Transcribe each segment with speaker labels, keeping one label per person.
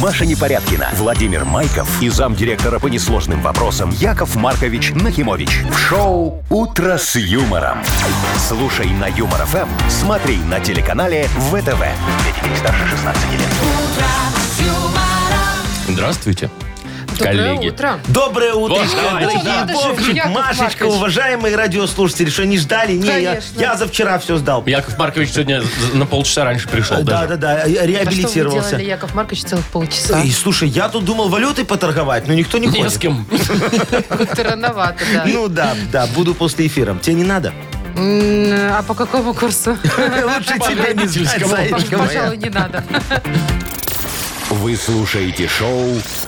Speaker 1: Маша Непорядкина, Владимир Майков и замдиректора по несложным вопросам Яков Маркович Нахимович. В шоу «Утро с юмором». Слушай на Юмор ФМ, смотри на телеканале ВТВ. Для детей старше 16 лет.
Speaker 2: Здравствуйте,
Speaker 3: Доброе
Speaker 2: коллеги.
Speaker 3: утро. А
Speaker 4: Доброе утро,
Speaker 2: Вот давайте,
Speaker 4: дорогие
Speaker 2: да.
Speaker 4: Вовчик,
Speaker 3: Яков
Speaker 4: Машечка,
Speaker 3: Маркович.
Speaker 4: уважаемые радиослушатели, что не ждали? Не, я-
Speaker 3: Конечно.
Speaker 4: я за вчера все сдал.
Speaker 2: Яков Маркович сегодня з- на полчаса раньше пришел
Speaker 4: Да,
Speaker 2: даже.
Speaker 4: да, да,
Speaker 3: А что вы
Speaker 4: реабилитировался.
Speaker 3: делали, Яков Маркович, целых полчаса?
Speaker 4: И слушай, я тут думал валюты поторговать, но никто не
Speaker 2: Не с
Speaker 4: хочет.
Speaker 2: кем.
Speaker 3: Как-то рановато, да.
Speaker 4: Ну да, да, буду после эфира. Тебе не надо?
Speaker 3: М, А по какому курсу?
Speaker 4: Лучше тебе не знать,
Speaker 2: По-любительскому.
Speaker 4: Заячка моя.
Speaker 3: Пожалуй, не надо.
Speaker 1: Вы слушаете шоу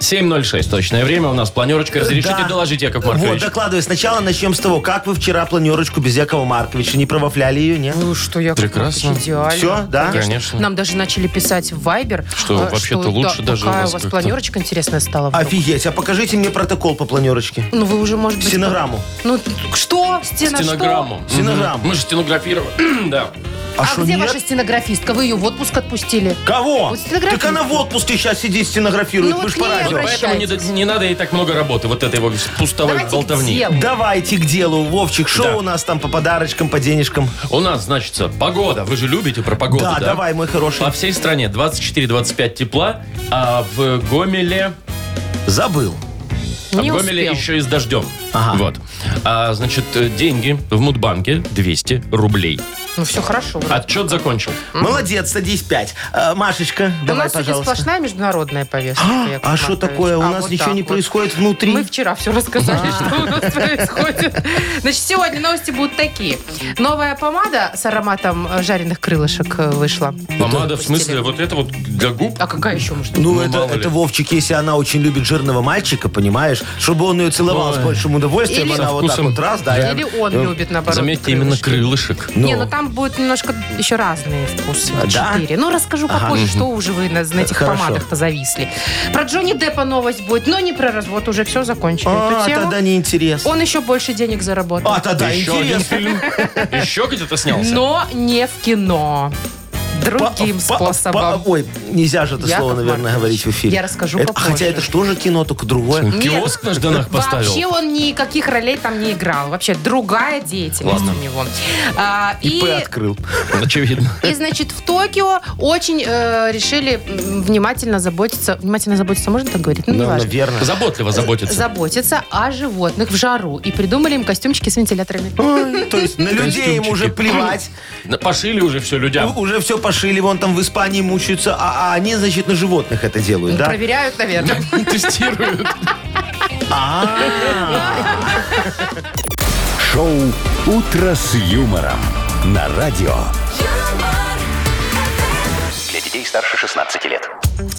Speaker 2: 7.06 точное время у нас. Планерочка. Разрешите
Speaker 4: Да.
Speaker 2: доложить, Яков
Speaker 4: Вот,
Speaker 2: Маркович?
Speaker 4: докладывай. Сначала начнем с того, как вы вчера планерочку без Якова Марковича не провафляли ее, нет?
Speaker 3: Ну что, Яков
Speaker 2: Прекрасно.
Speaker 3: Маркович, идеально.
Speaker 4: Все, да?
Speaker 2: Конечно.
Speaker 3: Нам даже начали писать в Viber.
Speaker 2: Что,
Speaker 3: э,
Speaker 2: вообще-то лучше даже у
Speaker 3: Какая
Speaker 2: вас
Speaker 3: у вас
Speaker 2: как-то.
Speaker 3: планерочка интересная стала. вдруг.
Speaker 4: Офигеть, а покажите мне протокол по планерочке.
Speaker 3: Ну вы уже, может быть...
Speaker 4: Стенограмму.
Speaker 3: Ну т- что? Стена что?
Speaker 2: Стенограмму. Мгм.
Speaker 4: Стенограмму.
Speaker 2: Мы же стенографировали. да.
Speaker 3: А,
Speaker 4: шо,
Speaker 3: где
Speaker 4: нет?
Speaker 3: ваша стенографистка? Вы ее в отпуск отпустили.
Speaker 4: Кого?
Speaker 3: Вот стенографирует.
Speaker 4: Так она в отпуске сейчас сидит, стенографирует.
Speaker 3: Ну
Speaker 4: Мы
Speaker 3: вот
Speaker 4: ж по
Speaker 3: к ней
Speaker 4: радио.
Speaker 3: обращайтесь.
Speaker 2: Поэтому не, д- не надо ей так много работы. Вот этой вот пустовой
Speaker 3: Давайте к
Speaker 2: болтовни.
Speaker 3: делу.
Speaker 4: Давайте к делу, Вовчик. Шо
Speaker 2: Да.
Speaker 4: у нас там по подарочкам, по денежкам?
Speaker 2: У нас, значит, погода. Вы же любите про погоду, да?
Speaker 4: да, давай, мой хороший.
Speaker 2: По всей стране 24-25 тепла, а в Гомеле,
Speaker 4: Забыл.
Speaker 2: а в
Speaker 3: Не
Speaker 2: Гомеле
Speaker 3: успел.
Speaker 2: еще и с дождем.
Speaker 4: Ага.
Speaker 2: Вот. А, значит, э, деньги в Мудбанке 200 рублей.
Speaker 3: Ну все хорошо.
Speaker 4: А,
Speaker 3: вроде.
Speaker 2: Отчет закончил.
Speaker 4: Молодец, садись пять. А, Машечка,
Speaker 3: у
Speaker 4: давай,
Speaker 3: нас сегодня
Speaker 4: пожалуйста.
Speaker 3: сплошная международная повестка. Яков
Speaker 4: А что
Speaker 3: Маркович.
Speaker 4: такое? У
Speaker 3: А
Speaker 4: нас
Speaker 3: вот
Speaker 4: ничего
Speaker 3: так
Speaker 4: не
Speaker 3: вот.
Speaker 4: происходит внутри.
Speaker 3: Мы вчера все рассказали, что у нас происходит. Значит, сегодня новости будут такие. Новая помада с ароматом э, жареных крылышек э, вышла.
Speaker 2: Помада, в
Speaker 3: Отпустили.
Speaker 2: смысле, вот это вот для губ?
Speaker 3: А какая еще может быть?
Speaker 4: Ну,
Speaker 2: Ну,
Speaker 4: это,
Speaker 2: мало ли.
Speaker 4: это Вовчик, если она очень любит жирного мальчика, понимаешь, чтобы он ее целовал с
Speaker 2: Ой.
Speaker 4: большим удовольствием,
Speaker 3: Или-
Speaker 4: она
Speaker 2: Со
Speaker 4: вот так
Speaker 2: вкусом.
Speaker 4: вот раз, да.
Speaker 3: Или
Speaker 4: и-
Speaker 3: он любит, наоборот,
Speaker 2: Заметьте, именно
Speaker 3: крылышки.
Speaker 2: крылышек.
Speaker 3: Не, ну там будет немножко еще разные вкусы.
Speaker 4: А, да?
Speaker 3: Четыре. Ну, расскажу попозже, что уже вы на, на этих
Speaker 4: Хорошо.
Speaker 3: помадах-то зависли. Про Джонни Деппа новость будет, но не про развод. Уже все закончили эту
Speaker 4: А,
Speaker 3: тему.
Speaker 4: тогда неинтересно.
Speaker 3: Он еще больше денег заработал.
Speaker 4: А, тогда
Speaker 2: Еще один
Speaker 4: интересно.
Speaker 2: фильм. Еще где-то снялся.
Speaker 3: но не в кино.
Speaker 4: Па-
Speaker 3: Другим
Speaker 4: па- па-
Speaker 3: способом.
Speaker 4: Ой, нельзя же это
Speaker 3: Яков
Speaker 4: слово, наверное,
Speaker 3: Маркович,
Speaker 4: говорить в эфире.
Speaker 3: я расскажу
Speaker 4: Это-
Speaker 3: попозже.
Speaker 4: Хотя это же тоже кино, только другое.
Speaker 2: Киоск на жданах
Speaker 3: Вообще
Speaker 2: поставил.
Speaker 3: он никаких ролей там не играл. Вообще другая деятельность у него. А, и,
Speaker 4: П открыл.
Speaker 2: Очевидно.
Speaker 3: и, значит, в Токио очень э, решили м, внимательно заботиться. Внимательно заботиться, можно так говорить? Ну, не важно.
Speaker 4: Наверное.
Speaker 2: Заботливо заботится.
Speaker 3: Заботиться о животных в жару. И придумали им костюмчики с вентиляторами.
Speaker 4: Ой, То есть на людей им
Speaker 2: Костюмчики.
Speaker 4: уже плевать.
Speaker 2: Да Пошили уже все людям.
Speaker 4: У- Уже все пошили, вон там в Испании мучаются, а, а они, значит, на животных это
Speaker 3: Ну,
Speaker 4: делают, да?
Speaker 3: Проверяют, наверное.
Speaker 2: Тестируют.
Speaker 1: Шоу «Утро с юмором» на радио. Для детей старше 16 лет.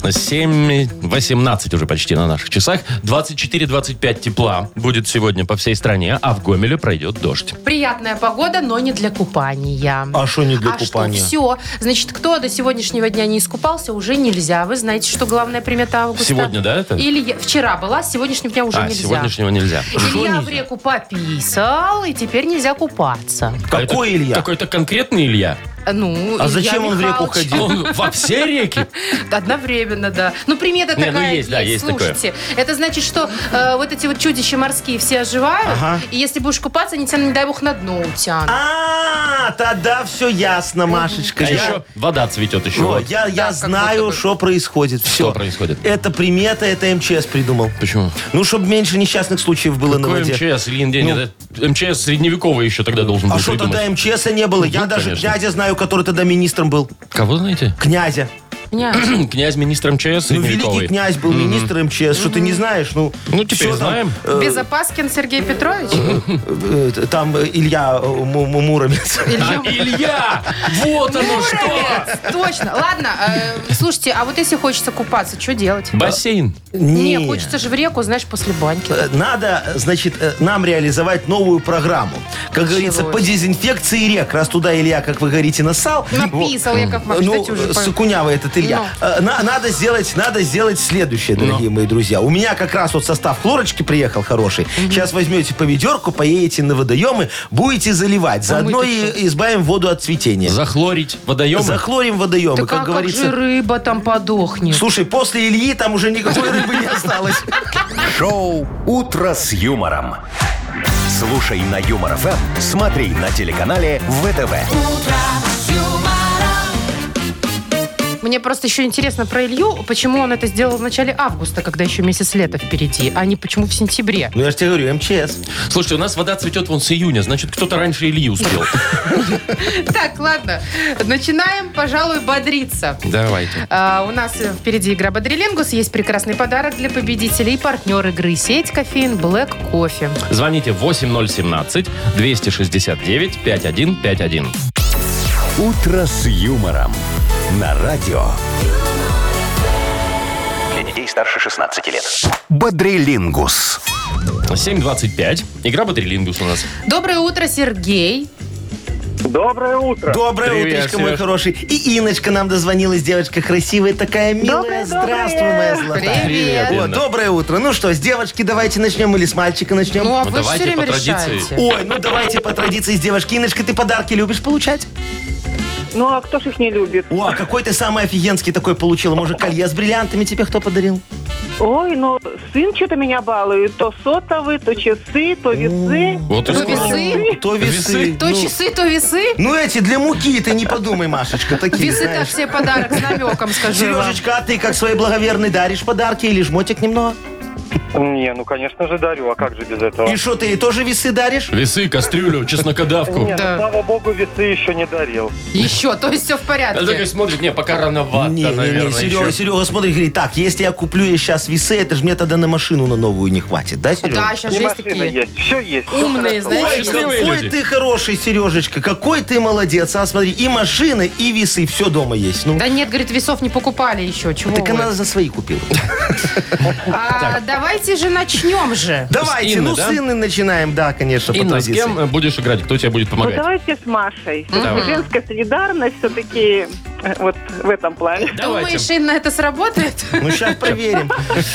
Speaker 2: 7.18 уже почти на наших часах. 24-25 тепла будет сегодня по всей стране, а в Гомеле пройдет дождь.
Speaker 3: Приятная погода, но не для купания.
Speaker 4: А что не для
Speaker 3: а
Speaker 4: купания?
Speaker 3: Что, все. Значит, кто до сегодняшнего дня не искупался, уже нельзя. Вы знаете, что главная примета августа?
Speaker 2: Сегодня, да, это?
Speaker 3: Или я- вчера была, с сегодняшнего дня уже
Speaker 2: а,
Speaker 3: нельзя.
Speaker 2: сегодняшнего нельзя.
Speaker 3: Илья в реку пописал, и теперь нельзя купаться.
Speaker 4: Какой
Speaker 2: Это
Speaker 4: Илья?
Speaker 2: Какой-то конкретный Илья.
Speaker 3: Ну,
Speaker 4: А
Speaker 3: Илья
Speaker 4: зачем он в реку
Speaker 3: Михайлович,
Speaker 4: ходил?
Speaker 2: Он во все реки?
Speaker 3: Одновременно, да. Ну, примета
Speaker 2: Не, ну,
Speaker 3: такая
Speaker 2: есть, да, есть такое.
Speaker 3: Слушайте, это значит, что э, вот эти вот чудища морские все оживают,
Speaker 4: Ага.
Speaker 3: и если будешь купаться, они тебя, не дай бог, на дно утянут.
Speaker 4: А, тогда все
Speaker 3: Ну,
Speaker 4: ясно, Машечка.
Speaker 2: А
Speaker 4: Я-
Speaker 2: еще вода цветет еще.
Speaker 4: Во,
Speaker 2: вот.
Speaker 4: я, я
Speaker 3: как
Speaker 4: знаю,
Speaker 3: будто бы.
Speaker 4: что происходит. Все.
Speaker 2: происходит?
Speaker 4: Это примета, это МЧС придумал.
Speaker 2: Почему?
Speaker 4: Ну, чтобы меньше несчастных случаев было на
Speaker 2: Какой
Speaker 4: воде.
Speaker 2: МЧС? Ильин день?
Speaker 4: Ну.
Speaker 2: Это МЧС средневековый еще тогда должен был
Speaker 4: А что
Speaker 2: придумать.
Speaker 4: тогда МЧСа не было? Я
Speaker 2: Ну,
Speaker 4: даже
Speaker 2: конечно.
Speaker 4: князя знаю, который тогда министром был.
Speaker 2: Кого знаете?
Speaker 4: Князя.
Speaker 3: Не,
Speaker 2: Князь министр МЧС
Speaker 4: Ну, великий
Speaker 2: средневековый.
Speaker 4: князь был министр МЧС. Что ты не знаешь? Ну,
Speaker 2: Ну, теперь
Speaker 4: всё там,
Speaker 2: знаем.
Speaker 3: Э. Безопаскин Сергей Петрович?
Speaker 4: э, э, Там, э, Илья э, Му- Му- Муромец.
Speaker 2: А, Илья! Вот оно что!
Speaker 3: Молодец, Точно. Ладно, э, слушайте, а вот если хочется купаться, что делать?
Speaker 2: Бассейн.
Speaker 3: Не,
Speaker 4: Не.
Speaker 3: хочется же в реку, знаешь, после баньки.
Speaker 4: Э, Надо, э, значит, э, нам реализовать новую программу. Как говорится, по дезинфекции рек. Раз туда Илья, как вы говорите, насал.
Speaker 3: Написал Яков Маркович,
Speaker 4: Ну,
Speaker 3: кстати, уже по- Ну.
Speaker 4: Сыкунява этот говорит Илья. Э, на- надо сделать, надо сделать следующее,
Speaker 2: Ну.
Speaker 4: дорогие мои друзья. У меня как раз вот состав хлорочки приехал хороший. Сейчас возьмете по ведерку, поедете на водоемы, будете заливать. Заодно и избавим воду от цветения.
Speaker 2: Захлорить водоемы?
Speaker 4: Захлорим водоемы,
Speaker 3: Так а
Speaker 4: как
Speaker 3: как
Speaker 4: говорится.
Speaker 3: же рыба там подохнет?
Speaker 4: Слушай, после Ильи там уже никакой рыбы не осталось.
Speaker 1: Шоу «Утро с юмором». Слушай на Юмор ФМ, смотри на телеканале ВТВ.
Speaker 3: Мне просто еще интересно про Илью, почему он это сделал в начале августа, когда еще месяц лета впереди, а не почему в сентябре.
Speaker 4: Ну я же тебе говорю, МЧС.
Speaker 2: Слушайте, у нас вода цветет вон с июня, значит, кто-то раньше Ильи успел.
Speaker 3: Так, ладно, начинаем, пожалуй, бодриться.
Speaker 2: Давайте.
Speaker 3: А, у нас впереди игра Бодрилингус. Есть прекрасный подарок для победителей и партнер игры. Сеть кофеин Black Кофе.
Speaker 2: Звоните 8017-269-5151.
Speaker 1: «Утро с юмором» на радио.
Speaker 5: Для детей старше 16 лет.
Speaker 1: Бодрилингус.
Speaker 2: 7.25. Игра Бодрилингус у нас.
Speaker 3: Доброе утро, Сергей.
Speaker 6: Доброе утро.
Speaker 4: Доброе
Speaker 2: Привет,
Speaker 4: утречко, мой
Speaker 2: Сереж.
Speaker 4: хороший. И Иночка нам дозвонилась, девочка красивая, такая милая. Здравствуй, моя золотая.
Speaker 3: Привет.
Speaker 4: О,
Speaker 2: Инна.
Speaker 4: доброе утро. Ну что, с девочки давайте начнем или с мальчика начнем?
Speaker 3: Ну, а
Speaker 2: Ну,
Speaker 3: вы же
Speaker 2: давайте
Speaker 3: все время
Speaker 2: по традиции.
Speaker 3: решаете.
Speaker 4: Ой, ну давайте по традиции с девочки. Иночка, ты подарки любишь получать?
Speaker 6: Ну а кто ж их не любит?
Speaker 4: О, а какой ты самый офигенский такой получила? Может, колье с бриллиантами тебе кто подарил?
Speaker 6: Ой, ну сын что-то меня балует. То сотовый, то часы, то весы.
Speaker 2: Вот и
Speaker 3: То
Speaker 2: скоро.
Speaker 3: весы,
Speaker 4: То весы.
Speaker 2: Весы?
Speaker 3: то
Speaker 4: Ну,
Speaker 3: часы, то весы.
Speaker 4: Ну эти для муки, ты не подумай, Машечка, такие,
Speaker 3: Весы-то
Speaker 4: знаешь.
Speaker 3: все подарок с намеком, скажу вам.
Speaker 4: Сережечка, а ты как своей благоверной даришь подарки или жмотик немного?
Speaker 6: Не, ну конечно же дарю, а как же без этого?
Speaker 4: И что, ты ей тоже весы даришь?
Speaker 2: Весы, кастрюлю, чеснокодавку.
Speaker 6: Не, ну,
Speaker 3: Да.
Speaker 6: слава богу, весы еще не дарил.
Speaker 3: Еще, то есть все в
Speaker 2: Она такая
Speaker 3: порядке.
Speaker 2: смотрит, не, пока рановато,
Speaker 4: Не, не, не,
Speaker 2: наверное,
Speaker 4: Серега,
Speaker 2: еще.
Speaker 4: Серега смотри, говорит, так, если я куплю ей сейчас весы, это же мне тогда на машину на новую не хватит, да, Серега?
Speaker 3: Да, сейчас
Speaker 6: И
Speaker 3: же есть
Speaker 6: машина
Speaker 3: такие. Ну,
Speaker 6: есть, все есть. всё
Speaker 3: Умные,
Speaker 6: хорошо.
Speaker 3: знаете,
Speaker 4: Ой,
Speaker 2: Счастливые
Speaker 4: какой
Speaker 2: люди.
Speaker 4: ты хороший, Сережечка, какой ты молодец. А смотри, и машины, и весы, все дома есть. Ну,
Speaker 3: Да нет, говорит, весов не покупали еще.
Speaker 2: Ну,
Speaker 3: Чего
Speaker 4: так
Speaker 3: вы?
Speaker 4: она за свои купила.
Speaker 3: А, давайте же начнем же.
Speaker 4: Давайте,
Speaker 2: Инны,
Speaker 4: ну,
Speaker 2: да?
Speaker 4: с Инны начинаем, да, конечно, по
Speaker 2: Инна, ну, с
Speaker 4: традиции.
Speaker 2: кем будешь играть? Кто тебе будет
Speaker 7: Ну,
Speaker 2: помогать?
Speaker 7: давайте с Машей.
Speaker 2: Давай.
Speaker 7: Женская солидарность все-таки э, вот в этом плане.
Speaker 2: Давайте.
Speaker 3: Думаешь, Инна, это сработает?
Speaker 4: Ну, сейчас проверим.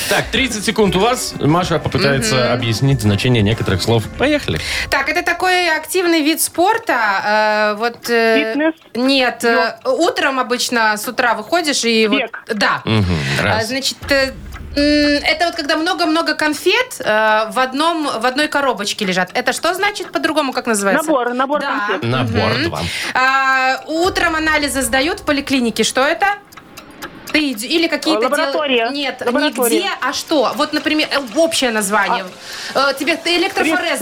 Speaker 2: Так, 30 секунд у вас. Маша попытается объяснить значение некоторых слов. Поехали.
Speaker 3: Так, это такой активный вид спорта. э, вот, э,
Speaker 7: Фитнес?
Speaker 3: Нет, э, утром обычно с утра выходишь и... вот-
Speaker 7: Бег.
Speaker 3: да.
Speaker 2: Мгм,
Speaker 3: А,
Speaker 2: Раз.
Speaker 3: Значит, э, м, это вот когда много-много конфет э, в, одном, в одной коробочке лежат. Это что значит по-другому, как называется?
Speaker 7: Набор, набор
Speaker 3: Да.
Speaker 7: конфет.
Speaker 2: Набор
Speaker 3: Мгм.
Speaker 2: два.
Speaker 3: А, утром анализы сдают в поликлинике. Что это? Ты иди- или какие-то дел-
Speaker 7: Лаборатория.
Speaker 3: Нет,
Speaker 7: Лаборатория.
Speaker 3: нигде, а что? Вот, например, э, общее название. Э, Тебе ты электрофорез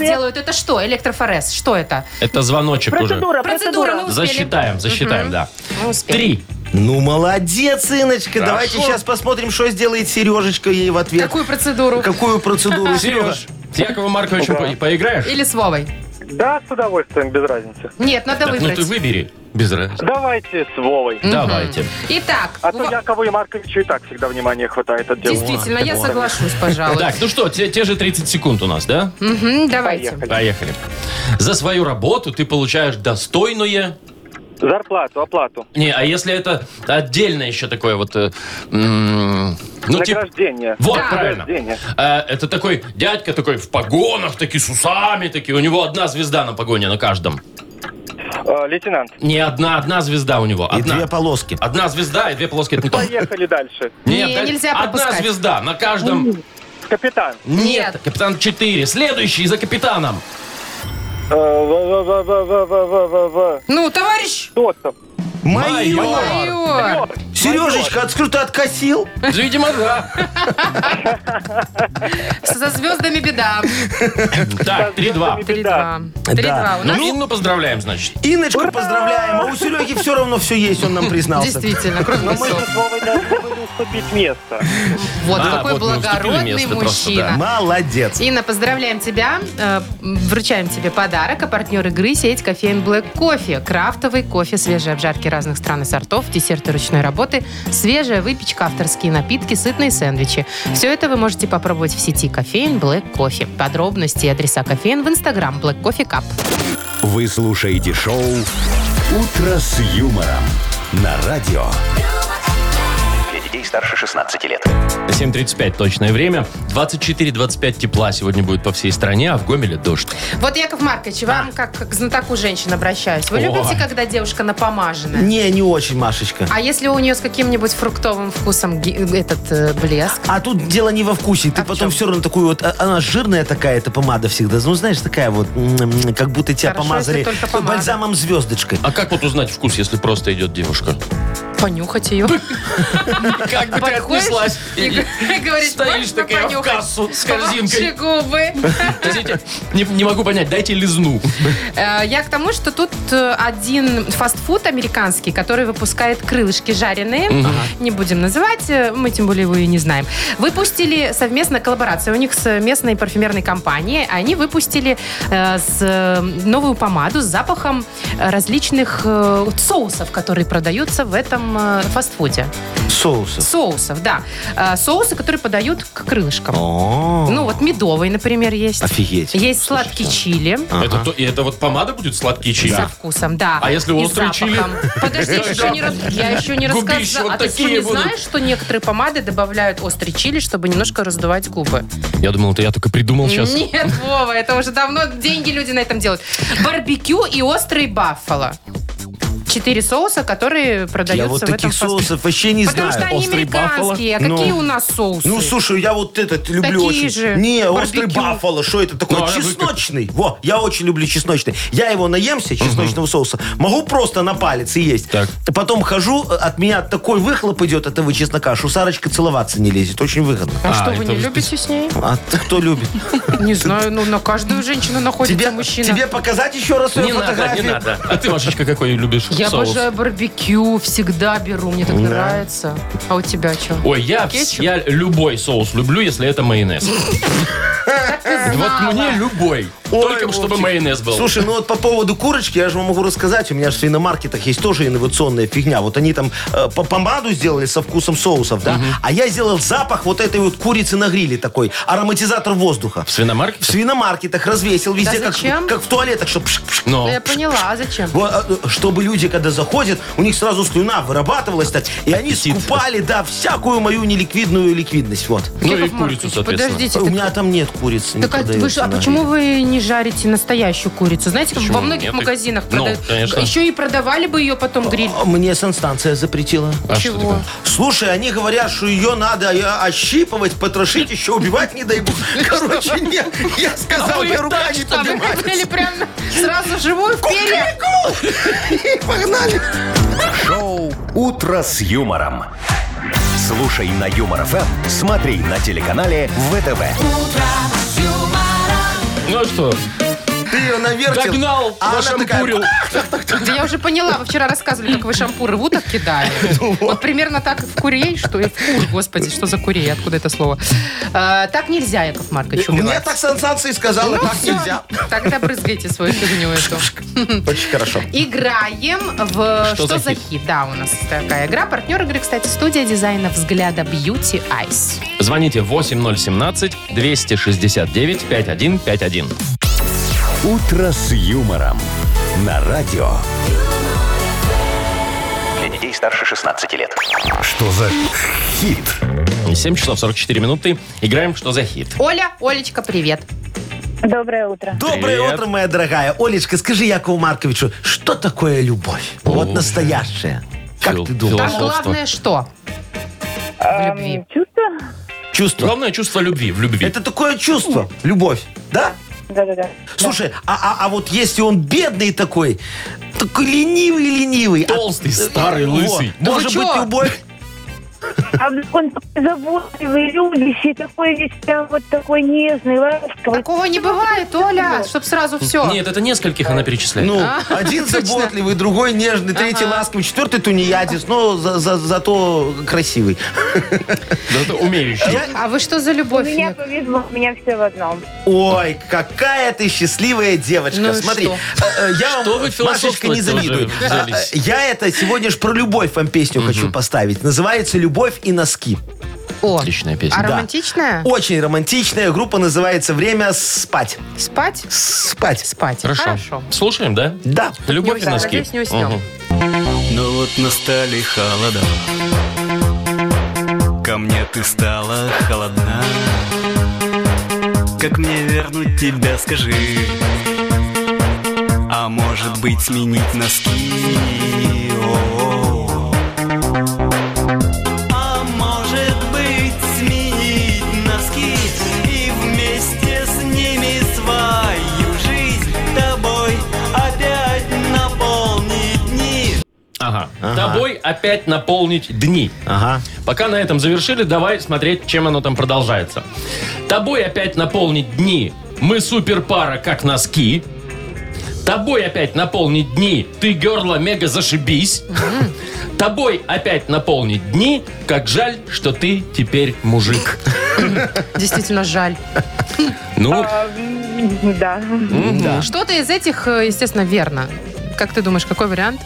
Speaker 7: Рецепт.
Speaker 3: делают. Это что? Электрофорез. Что это?
Speaker 2: Это звоночек уже.
Speaker 7: Процедура,
Speaker 3: Процедура,
Speaker 7: процедура.
Speaker 3: мы успели.
Speaker 2: Засчитаем, засчитаем, да.
Speaker 3: Мы успели.
Speaker 2: Три.
Speaker 4: Ну, молодец, Иночка.
Speaker 2: Хорошо.
Speaker 4: Давайте сейчас посмотрим, что сделает Сережечка ей в ответ.
Speaker 3: Какую процедуру?
Speaker 4: Какую процедуру, Серега?
Speaker 2: Сереж, с Яковом Марковичем по- поиграешь?
Speaker 3: Или с Вовой?
Speaker 6: Да, с удовольствием, без разницы.
Speaker 3: Нет, надо
Speaker 2: Так, ну
Speaker 3: выбрать.
Speaker 2: ты выбери. Без разницы.
Speaker 6: Давайте с Вовой.
Speaker 2: Давайте.
Speaker 3: Итак,
Speaker 6: А
Speaker 3: у
Speaker 6: то
Speaker 3: ва-
Speaker 6: Якову и Марковичу и так всегда внимания хватает от дела.
Speaker 3: действительно, я соглашусь, пожалуй.
Speaker 2: Так, ну что, те, те же 30 секунд у нас, да?
Speaker 3: Мгм, Давайте.
Speaker 6: Поехали.
Speaker 2: Поехали. За свою работу ты получаешь достойное...
Speaker 6: Зарплату, оплату,
Speaker 2: Не, а если это отдельно еще такое вот... э, м, ну, типа...
Speaker 6: награждение.
Speaker 2: Вот,
Speaker 3: Да.
Speaker 2: правильно.
Speaker 6: Награждение.
Speaker 2: Э, это такой дядька такой в погонах, такие с усами, такие. У него одна звезда на погоне на каждом.
Speaker 6: Э, Лейтенант,
Speaker 2: Не одна, одна звезда у него.
Speaker 4: И
Speaker 2: Одна.
Speaker 4: две полоски.
Speaker 2: Одна звезда и две полоски. Это не то.
Speaker 6: поехали дальше.
Speaker 3: Не,
Speaker 2: да-
Speaker 3: нельзя
Speaker 2: Одна
Speaker 3: пропускать.
Speaker 2: звезда на каждом.
Speaker 6: Капитан.
Speaker 2: Нет. Капитан 4. Следующий за капитаном.
Speaker 6: Э, в- в- в- в- в- в- в- в-
Speaker 3: Ну, товарищ
Speaker 6: Кто там?
Speaker 4: Майор.
Speaker 3: майор,
Speaker 4: Сережечка, отскажу, ты откосил?
Speaker 2: Видимо, да.
Speaker 3: со звездами беда.
Speaker 2: Так, 3-2.
Speaker 6: Беда.
Speaker 3: 3-2. 3-2. У
Speaker 2: Ну,
Speaker 3: нас
Speaker 2: Инну поздравляем, значит.
Speaker 4: Иночку поздравляем, а у Сереги все равно все есть, он нам признался.
Speaker 3: действительно, кроме
Speaker 6: Но мы
Speaker 3: весов.
Speaker 6: с Вовой должны были уступить место.
Speaker 3: Вот
Speaker 2: А,
Speaker 3: какой
Speaker 2: вот мы уступили
Speaker 3: благородный
Speaker 2: место просто,
Speaker 3: мужчина.
Speaker 4: Молодец.
Speaker 3: Инна, поздравляем тебя. Э, Вручаем тебе подарок. А партнер игры – сеть кофеин Black Кофе. Крафтовый кофе, свежие обжарки разных стран и сортов, десерты ручной работы, свежая выпечка, авторские напитки, сытные сэндвичи. Все это вы можете попробовать в сети кофеин Black Кофе. Подробности и адреса кофеин в инстаграм Black Coffee Cup.
Speaker 1: Вы слушаете шоу «Утро с юмором» на радио.
Speaker 5: детей старше 16 лет.
Speaker 2: 7.35 точное время. 24-25 тепла сегодня будет по всей стране, а в Гомеле дождь.
Speaker 3: Вот, Яков Маркович, вам, как, как к знатоку женщин обращаюсь, вы
Speaker 2: О.
Speaker 3: любите, когда девушка напомаженная?
Speaker 4: Не, не очень, Машечка.
Speaker 3: А если у нее с каким-нибудь фруктовым вкусом ги- этот э, блеск?
Speaker 4: А тут дело не во вкусе. Ты
Speaker 3: А в
Speaker 4: потом
Speaker 3: чем?
Speaker 4: все равно такую вот... а- Она жирная такая, эта помада всегда. Ну, знаешь, такая вот, м, как будто тебя
Speaker 3: Хорошо,
Speaker 4: помазали
Speaker 3: если только помада.
Speaker 4: бальзамом звездочкой.
Speaker 2: А как вот узнать вкус, если просто идет девушка?
Speaker 3: Понюхать ее.
Speaker 2: Как бы ты
Speaker 3: Подходишь
Speaker 2: отнеслась?
Speaker 3: и г- говоришь,
Speaker 2: стоишь
Speaker 3: «Можно
Speaker 2: такая а в
Speaker 3: понюхать?»
Speaker 2: кассу с корзинкой.
Speaker 3: Ваши губы.
Speaker 2: Подождите, Не, не могу понять, дайте лизну.
Speaker 3: Э, Я к тому, что тут э, один фастфуд американский, который выпускает крылышки жареные, не будем называть, э, мы тем более его и не знаем, выпустили совместно коллаборацию у них с местной парфюмерной компанией. Они выпустили э, с, э, новую помаду с запахом э, различных э, вот соусов, которые продаются в этом э, фастфуде.
Speaker 4: Соусов.
Speaker 3: Соусов, да. Э, Соусы, которые подают к крылышкам.
Speaker 4: О,
Speaker 3: Ну вот медовый, например, есть.
Speaker 4: Офигеть.
Speaker 3: Есть сладкий чили.
Speaker 2: Это, то- и это вот помада будет сладкий чили?
Speaker 3: Со вкусом, да.
Speaker 2: А если
Speaker 3: И
Speaker 2: острый
Speaker 3: запахом.
Speaker 2: чили?
Speaker 3: Подожди,
Speaker 2: Да.
Speaker 3: еще не рас- я еще не
Speaker 2: Губища вот
Speaker 3: рассказала. А ты что,
Speaker 2: такие
Speaker 3: не
Speaker 2: будут.
Speaker 3: знаешь, что некоторые помады добавляют острый чили, чтобы немножко раздувать губы?
Speaker 2: Я думал, это я только придумал сейчас.
Speaker 3: Нет, Вова, это уже давно деньги люди на этом делают. Барбекю и острый баффало. Четыре соуса, которые продаются
Speaker 4: я вот
Speaker 3: в этом
Speaker 4: таких
Speaker 3: фаст-
Speaker 4: соусов вообще не
Speaker 3: Потому что
Speaker 4: знаю.
Speaker 3: они
Speaker 2: Острый баффало?
Speaker 3: американские. А какие
Speaker 4: Ну.
Speaker 3: у нас соусы?
Speaker 4: Ну, слушай, я вот этот люблю
Speaker 3: Такие
Speaker 4: очень.
Speaker 3: же.
Speaker 4: Не,
Speaker 3: Барбекю.
Speaker 4: острый баффало, что это такое?
Speaker 2: Ну, а вы как?
Speaker 4: чесночный. Во, я очень люблю чесночный. Я его наемся, чесночного соуса, могу просто на палец и есть.
Speaker 2: Так.
Speaker 4: Потом хожу, э, от меня такой выхлоп идет от этого чеснока, что Сарочка целоваться не лезет. Очень выгодно.
Speaker 3: а, что,
Speaker 2: а,
Speaker 3: вы
Speaker 2: это
Speaker 3: не
Speaker 2: вы-
Speaker 3: любите с ней?
Speaker 4: А ты кто любит?
Speaker 3: Не знаю, ну на каждую женщину находится
Speaker 4: Тебе,
Speaker 3: мужчина.
Speaker 4: тебе показать еще раз свою
Speaker 2: Не надо, не
Speaker 4: фотографию?
Speaker 2: надо. А ты, Машечка, какой любишь
Speaker 3: Я
Speaker 2: соус?
Speaker 3: обожаю барбекю, всегда беру, мне так нравится. А у тебя что?
Speaker 2: Ой, я, вс-
Speaker 3: Кетчуп?
Speaker 2: я любой соус люблю, если это майонез. Вот мне любой. Только
Speaker 4: Ой,
Speaker 2: чтобы
Speaker 4: Вовчик.
Speaker 2: майонез был.
Speaker 4: Слушай, ну вот по поводу курочки, я же вам могу рассказать, у меня же в свиномаркетах есть тоже инновационная фигня. Вот они там э, по- помаду сделали со вкусом соусов, да? А я сделал запах вот этой вот курицы на гриле такой, ароматизатор воздуха.
Speaker 2: В свиномаркете?
Speaker 4: В свиномаркетах развесил везде, как,
Speaker 3: зачем?
Speaker 4: как в туалетах, чтобы...
Speaker 2: Но.
Speaker 3: Ну, я поняла, а зачем?
Speaker 2: Ну
Speaker 4: э, чтобы люди, когда заходят, у них сразу слюна вырабатывалась так, и они
Speaker 2: Аппетит.
Speaker 4: скупали, да, всякую мою неликвидную ликвидность, вот.
Speaker 2: Ну и
Speaker 3: Яков
Speaker 2: курицу,
Speaker 3: Маркович,
Speaker 2: соответственно.
Speaker 3: Подождите,
Speaker 4: У
Speaker 3: так-
Speaker 4: меня там нет курицы. не
Speaker 3: так а, вы ж-
Speaker 4: продается
Speaker 3: а
Speaker 4: на
Speaker 3: почему
Speaker 4: гриле.
Speaker 3: вы не жарите настоящую курицу? Знаете, как
Speaker 2: Почему?
Speaker 3: во многих
Speaker 2: Нет, их-
Speaker 3: магазинах
Speaker 2: Ну,
Speaker 3: продают.
Speaker 2: конечно.
Speaker 3: Еще и продавали бы ее потом гриль.
Speaker 4: А Мне санстанция запретила.
Speaker 2: А что
Speaker 3: Чего?
Speaker 2: такое?
Speaker 4: Слушай, они говорят, что ее надо э, ощипывать, потрошить, еще убивать не дай бог. Короче, нет, я сказал, я рука не
Speaker 3: А вы
Speaker 4: поднимаю.
Speaker 3: хотели прям сразу живую в перья?
Speaker 4: Погнали.
Speaker 1: Шоу «Утро с юмором». Слушай на Юмор ФМ, смотри на телеканале ВТВ.
Speaker 2: Ну что,
Speaker 4: Ты ее навертел.
Speaker 2: догнал,
Speaker 4: а она
Speaker 2: зашампурил.
Speaker 3: Да я уже поняла, вы вчера рассказывали, как вы шампуры в уток кидали. Вот примерно так и в курей, что и в кур, господи, что за курей, откуда это слово? А, Так нельзя, Яков Маркович,
Speaker 4: такая, Мне
Speaker 3: убивать.
Speaker 4: так санстанция сказала,
Speaker 3: Ну,
Speaker 4: так
Speaker 3: всё.
Speaker 4: нельзя.
Speaker 3: Тогда брызгайте свою фигню эту.
Speaker 4: Очень хорошо.
Speaker 3: Играем в
Speaker 2: Что
Speaker 3: «Что,
Speaker 2: за
Speaker 3: за
Speaker 2: хит?»
Speaker 3: хит?». Да, у нас такая игра. Партнер игры, кстати, студия дизайна «Взгляда Beauty Eyes».
Speaker 2: Звоните 8017-269-5151.
Speaker 1: «Утро с юмором» на радио.
Speaker 5: Для детей старше 16 лет.
Speaker 1: Что за хит?
Speaker 2: 7 часов 44 минуты. Играем «Что за хит?».
Speaker 3: Оля, Олечка, привет.
Speaker 7: Доброе утро.
Speaker 4: Доброе
Speaker 2: Привет.
Speaker 4: утро, моя дорогая. Олечка, скажи Якову Марковичу, что такое любовь? Вот настоящая. Как
Speaker 2: Фил-
Speaker 4: ты думаешь?
Speaker 3: Там
Speaker 2: Философство.
Speaker 3: А главное что? В любви.
Speaker 7: Чувство?
Speaker 4: Чувство.
Speaker 2: Главное чувство любви в любви.
Speaker 4: Это такое чувство, любовь, да?
Speaker 7: Да-да-да.
Speaker 4: Слушай, а, а, а вот если он бедный такой, такой ленивый-ленивый.
Speaker 2: Толстый, старый, лысый.
Speaker 3: Да
Speaker 4: а Э,
Speaker 3: Ну вы
Speaker 4: Может быть,
Speaker 3: чё?
Speaker 4: любовь...
Speaker 7: А он такой заботливый, любящий, такой весь прям вот такой нежный, ласковый.
Speaker 3: Такого не бывает, Оля, чтоб сразу все.
Speaker 2: Нет, это нескольких она перечисляет.
Speaker 4: Ну,
Speaker 3: А,
Speaker 4: один заботливый, другой нежный, третий ласковый, четвертый тунеядец, но за- за- зато красивый.
Speaker 2: Да это умеющий.
Speaker 3: А вы что за
Speaker 7: У
Speaker 3: любовь?
Speaker 7: меня
Speaker 3: Яков?
Speaker 7: повезло, у меня все в одном.
Speaker 4: Ой, какая ты счастливая девочка.
Speaker 3: Ну и
Speaker 4: Смотри,
Speaker 3: что?
Speaker 4: э, э, я
Speaker 2: Что
Speaker 4: вам,
Speaker 2: вы
Speaker 4: Машечка,
Speaker 2: философствовать-то
Speaker 4: не завидую.
Speaker 2: уже взялись?
Speaker 4: Э, э, Я это сегодня ж про любовь вам песню хочу поставить. Называется «Любовь и носки».
Speaker 3: О,
Speaker 2: Отличная
Speaker 3: А
Speaker 2: песня.
Speaker 3: романтичная?
Speaker 4: Очень романтичная группа, называется «Время спать».
Speaker 3: Спать?
Speaker 4: Спать.
Speaker 3: Спать.
Speaker 2: Хорошо. Слушаем, да?
Speaker 4: Да.
Speaker 2: Любовь и
Speaker 3: уснем,
Speaker 2: носки.
Speaker 8: Ну
Speaker 3: надеюсь, не уснем.
Speaker 2: Мгм.
Speaker 8: Но вот настали холода, мне ты стала холодна Как мне вернуть тебя, скажи А может быть сменить носки О-о-о. А может быть сменить носки И вместе с ними свою жизнь Тобой опять наполнить дни
Speaker 2: Ага. Тобой опять наполнить дни.
Speaker 4: Ага.
Speaker 2: Пока на этом завершили, давай смотреть, чем оно там продолжается. Тобой опять наполнить дни. Мы супер пара, как носки. Тобой опять наполнить дни. Ты герла мега зашибись. Тобой опять наполнить дни. Как жаль, что ты теперь мужик.
Speaker 3: Действительно жаль.
Speaker 2: Ну,
Speaker 4: А,
Speaker 6: М, Да.
Speaker 3: Что-то из этих, э, естественно, верно. Как ты думаешь, какой вариант?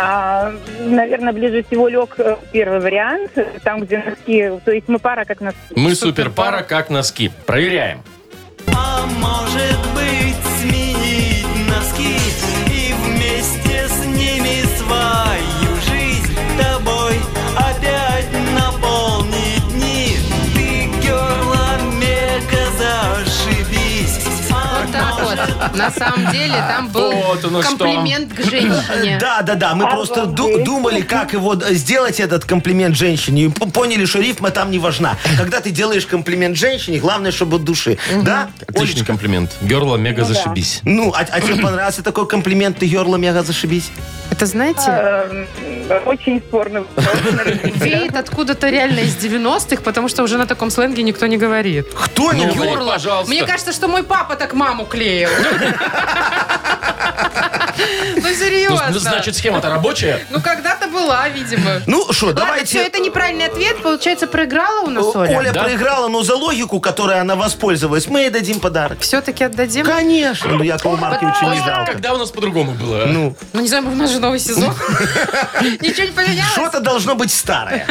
Speaker 6: А, наверное, ближе всего лег э, первый вариант, э, там, где носки. То есть мы пара как носки.
Speaker 2: мы супер пара, как носки. Проверяем.
Speaker 8: А может быть сменить носки И вместе с ними свою жизнь Тобой опять наполнить дни Ты, герла, мега зашибись А
Speaker 3: Вот так вот. На самом деле там был
Speaker 2: Вот оно что.
Speaker 3: комплимент к женщине.
Speaker 4: Да, да, да. Мы просто ду- думали, как его э, сделать этот комплимент женщине. И п- поняли, что рифма там не важна. Когда ты делаешь комплимент женщине, главное, чтобы от души. Да?
Speaker 2: Отличный
Speaker 4: Олечка?
Speaker 2: комплимент. Герла мега зашибись.
Speaker 4: Ну, а, а тебе понравился такой комплимент, ты ерла мега зашибись?
Speaker 3: Это знаете,
Speaker 6: Э, м, Очень спорный вопрос.
Speaker 3: веет откуда-то реально из 90-х, потому что уже на таком сленге никто не говорит.
Speaker 4: Кто не
Speaker 2: Ну,
Speaker 4: ё-
Speaker 2: Говори, пожалуйста.
Speaker 3: Мне кажется, что мой папа так маму клеил. Ну,
Speaker 2: Ну,
Speaker 3: серьезно.
Speaker 2: значит, схема-то рабочая.
Speaker 3: Ну, когда-то была, видимо.
Speaker 4: Ну что,
Speaker 3: Ладно,
Speaker 4: давайте...
Speaker 3: все, это неправильный ответ. Получается, проиграла у нас
Speaker 4: Оля,
Speaker 3: Оля?
Speaker 2: да?
Speaker 4: проиграла, но за логику, которой она воспользовалась, мы ей дадим подарок.
Speaker 3: Все-таки отдадим?
Speaker 4: Конечно, ну Якову Марковичу не жалко.
Speaker 2: Когда у нас по-другому было? а?
Speaker 4: Ну,
Speaker 3: Ну, не знаю, может, у нас же новый сезон. Ничего не поменялось?
Speaker 4: что-то должно быть старое.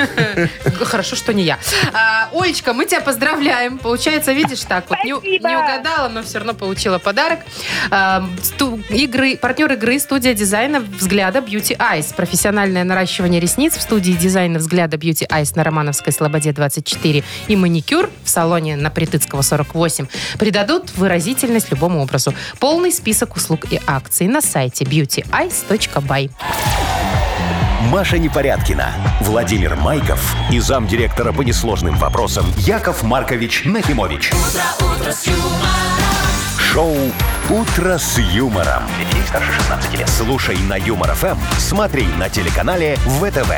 Speaker 3: Хорошо, что не я. А, Олечка, мы тебя поздравляем. Получается, видишь, так вот. Не, не
Speaker 7: Спасибо.
Speaker 3: угадала, но все равно получила подарок. А, сту- игры, партнер игры студия дизайна «Взгляда Beauty Eyes». Профессиональное наращивание ресниц в студии дизайна «Взгляда Beauty Eyes» на Романовской Слободе 24 и маникюр в салоне на Притыцкого 48 придадут выразительность любому образу. Полный список услуг и акций на сайте beautyeyes.by.
Speaker 1: Маша Непорядкина, Владимир Майков и замдиректора по несложным вопросам Яков Маркович Нахимович. Шоу Утро с юмором. Для детей старше 16 лет. Слушай на юмор ФМ, смотри на телеканале ВТВ.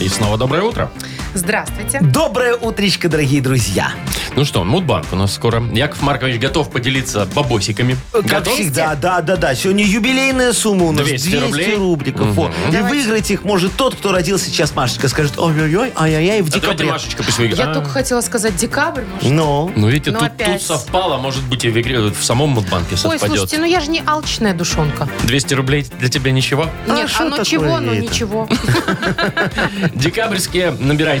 Speaker 2: И снова доброе утро.
Speaker 3: Здравствуйте.
Speaker 4: Доброе утречко, дорогие друзья.
Speaker 2: Ну что, Мудбанк у нас скоро. Яков Маркович готов поделиться бабосиками.
Speaker 4: Как
Speaker 2: Готов?
Speaker 4: всегда, да, да, да. Сегодня юбилейная сумма у нас.
Speaker 2: 200
Speaker 4: 200,
Speaker 2: рублей.
Speaker 4: рубликов. Вот. И выиграть их может тот, кто родился сейчас, Машечка. Скажет, ой-ой-ой, ай-яй-яй, в
Speaker 2: А давайте
Speaker 4: декабре.
Speaker 2: Машечка пусть выиграет. А?
Speaker 3: Я только хотела сказать декабрь, может,
Speaker 4: Ну,
Speaker 2: Ну, видите,
Speaker 3: Ну,
Speaker 2: тут,
Speaker 3: опять.
Speaker 2: тут совпало, может быть, и в игре в самом Мудбанке
Speaker 3: Ой,
Speaker 2: совпадет.
Speaker 3: слушайте, ну я же не алчная душонка.
Speaker 2: 200 рублей для тебя ничего.
Speaker 4: А
Speaker 3: Нет,
Speaker 4: шо
Speaker 3: оно
Speaker 4: такое
Speaker 3: чего, ну
Speaker 4: это?
Speaker 3: ничего.
Speaker 2: Декабрьские набирайте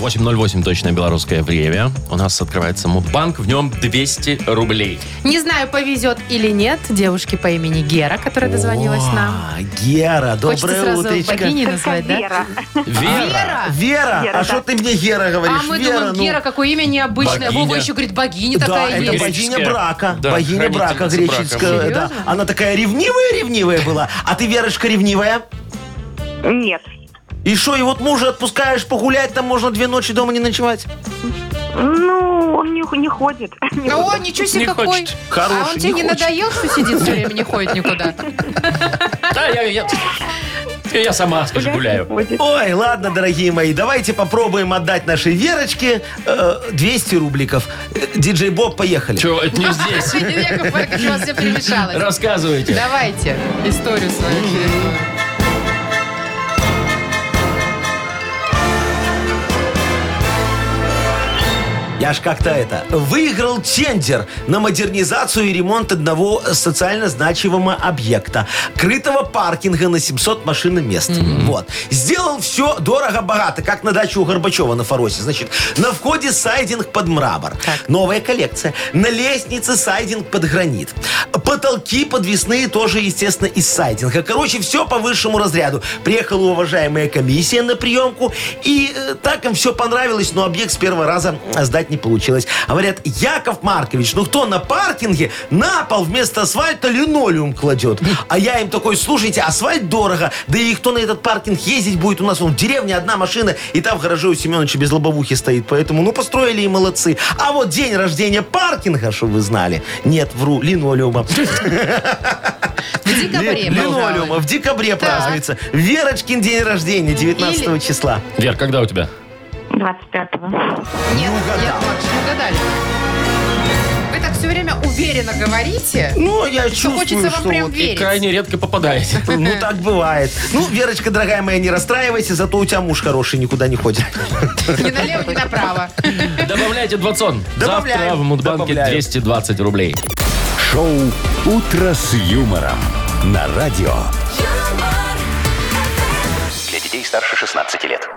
Speaker 2: 8.08 точное белорусское время. У нас открывается Мудбанк, в нем 200 рублей.
Speaker 3: Не знаю, повезет или нет девушке по имени Гера, которая дозвонилась нам.
Speaker 4: а, Гера,
Speaker 3: Хочется
Speaker 4: доброе
Speaker 3: сразу
Speaker 4: утречко.
Speaker 3: богиней назвать, да?
Speaker 6: Вера.
Speaker 3: Вера?
Speaker 4: Вера,
Speaker 6: Гера,
Speaker 4: а
Speaker 6: да.
Speaker 4: что ты мне Гера говоришь?
Speaker 3: А мы
Speaker 4: Вера,
Speaker 3: думаем,
Speaker 4: ну,
Speaker 3: Гера, какое имя необычное.
Speaker 2: Богиня.
Speaker 3: Вова еще говорит, богиня
Speaker 4: Да,
Speaker 3: такая
Speaker 4: это
Speaker 3: есть.
Speaker 2: Греческая.
Speaker 4: богиня брака.
Speaker 2: Да,
Speaker 4: богиня брака
Speaker 2: хранительница
Speaker 4: греческая.
Speaker 3: брака.
Speaker 4: да.
Speaker 3: Серьезно?
Speaker 4: Она такая ревнивая-ревнивая была. А ты, Верочка, ревнивая?
Speaker 6: Нет.
Speaker 4: И что, и вот мужа отпускаешь погулять, там можно две ночи дома не ночевать?
Speaker 6: Ну, он не, не ходит.
Speaker 3: Да о, ничего себе
Speaker 2: Не
Speaker 3: какой.
Speaker 2: хочет.
Speaker 3: а он
Speaker 4: Хороший,
Speaker 3: тебе
Speaker 4: не
Speaker 3: не
Speaker 4: хочет.
Speaker 3: надоел, что сидит все время, не ходит никуда?
Speaker 2: Да, я, я, я сама, скажи, гуляю.
Speaker 6: Ходит.
Speaker 4: Ой, ладно, дорогие мои, давайте попробуем отдать нашей Верочке э, 200 рубликов. Э, Диджей Боб, поехали.
Speaker 2: Чего, это не здесь.
Speaker 3: Яков Маркович, у вас все перемешалось.
Speaker 2: Рассказывайте.
Speaker 3: Давайте историю свою интересную.
Speaker 4: Я ж как-то это... Выиграл тендер на модернизацию и ремонт одного социально значимого объекта. Крытого паркинга на 700 машин и мест. Вот. Сделал все дорого-богато, как на даче у Горбачева на Фаросе. Значит, на входе сайдинг под мрамор. Новая коллекция. На лестнице сайдинг под гранит. Потолки подвесные тоже, естественно, из сайдинга. Короче, все по высшему разряду. Приехала уважаемая комиссия на приемку, и э, так им все понравилось, но объект с первого раза э, сдать не получилось. А Говорят, Яков Маркович, ну кто на паркинге на пол вместо асфальта линолеум кладет? А я им такой, слушайте, асфальт дорого, да и кто на этот паркинг ездить будет? У нас вон в деревне одна машина, и там в гараже у Семеновича без лобовухи стоит, поэтому ну построили и молодцы. А вот день рождения паркинга, чтобы вы знали, нет, вру, линолеума.
Speaker 3: В декабре
Speaker 4: Ли- Линолеума
Speaker 3: пожалуй.
Speaker 4: в декабре
Speaker 3: Так.
Speaker 4: празднуется. Верочкин день рождения, 19
Speaker 3: Или-
Speaker 4: числа.
Speaker 2: Вер, когда у тебя?
Speaker 7: 25-го.
Speaker 3: Нет, Яков Маркович, не угадали. Вы так все время уверенно говорите,
Speaker 4: Ну, я
Speaker 3: что
Speaker 4: чувствую,
Speaker 3: хочется вам
Speaker 4: что
Speaker 3: прям
Speaker 4: вот-
Speaker 2: И
Speaker 3: верить.
Speaker 2: крайне редко попадаете.
Speaker 4: Ну, так бывает. Ну, Верочка, дорогая моя, не расстраивайся, зато у тебя муж хороший, никуда не ходит.
Speaker 3: Ни налево, ни направо.
Speaker 2: Добавляйте 20.
Speaker 4: Добавляем,
Speaker 2: Завтра в Мудбанке
Speaker 4: добавляем.
Speaker 2: 220 рублей.
Speaker 1: Шоу «Утро с юмором» на радио.
Speaker 5: Для детей старше 16 лет.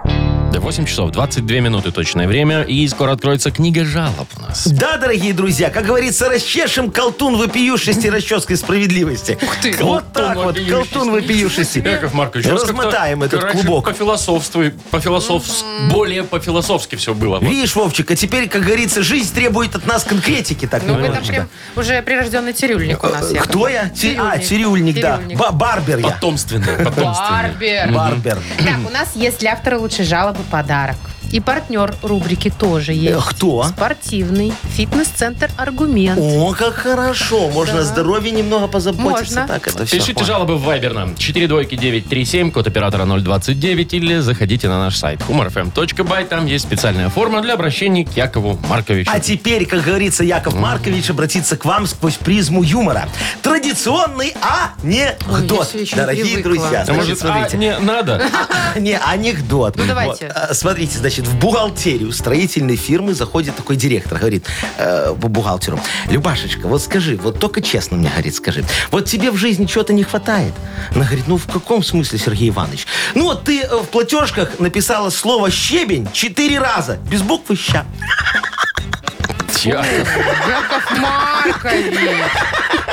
Speaker 2: 8 часов 22 минуты точное время. И скоро откроется книга жалоб у нас.
Speaker 4: Да, дорогие друзья, как говорится, расчешем колтун вопиюшести расческой справедливости. Ух
Speaker 2: ты.
Speaker 4: Вот так вот,
Speaker 2: Колтун
Speaker 4: колтун вопиюшести.
Speaker 2: Яков Маркович, у вас как-то,
Speaker 4: Размотаем этот
Speaker 2: короче,
Speaker 4: клубок.
Speaker 2: По-философству, по-философс... более по-философски все было. Вот.
Speaker 4: Видишь, Вовчик, а теперь, как говорится, жизнь требует от нас конкретики. Так,
Speaker 3: Ну, вы там
Speaker 4: немножечко.
Speaker 3: прям уже прирожденный цирюльник у нас. Яков
Speaker 4: Кто я? Ти- А, цирюльник, да.
Speaker 3: Цирюльник.
Speaker 4: Ба- Барбер я.
Speaker 2: Потомственное, потомственное.
Speaker 3: Барбер.
Speaker 4: Барбер.
Speaker 3: Так, у нас есть для автора лучшей жалобы подарок. И партнер рубрики тоже
Speaker 4: Э,
Speaker 3: есть.
Speaker 4: Кто?
Speaker 3: Спортивный фитнес-центр «Аргумент».
Speaker 4: О, как хорошо. Можно о здоровье немного позаботиться.
Speaker 3: Можно.
Speaker 4: Так это все.
Speaker 2: Пишите жалобы в Viber нам. 4 двойки 937, код оператора 029, или заходите на наш сайт humorfm.by. Там есть специальная форма для обращения к Якову Марковичу.
Speaker 4: А теперь, как говорится, Яков Маркович обратится к вам сквозь призму юмора. Традиционный анекдот,
Speaker 3: Ой, я еще не
Speaker 4: дорогие
Speaker 3: привыкла.
Speaker 4: друзья.
Speaker 3: А
Speaker 2: А может,
Speaker 4: Значит,
Speaker 2: а,
Speaker 4: смотрите.
Speaker 2: не надо?
Speaker 4: Не, анекдот.
Speaker 3: Ну, давайте.
Speaker 4: Вот, а, Смотрите, значит, в бухгалтерию строительной фирмы заходит такой директор, говорит э, бу- бухгалтеру, Любашечка, вот скажи, вот только честно мне, говорит, скажи, вот тебе в жизни чего-то не хватает? Она говорит, ну в каком смысле, Сергей Иванович? Ну вот ты э, в платежках написала слово «щебень» четыре раза, без буквы «ща».
Speaker 2: Я-
Speaker 3: Яков Маркович!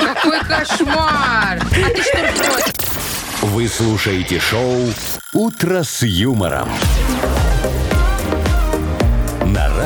Speaker 3: Какой кошмар! А ты что против?
Speaker 1: Вы слушаете шоу «Утро с юмором» на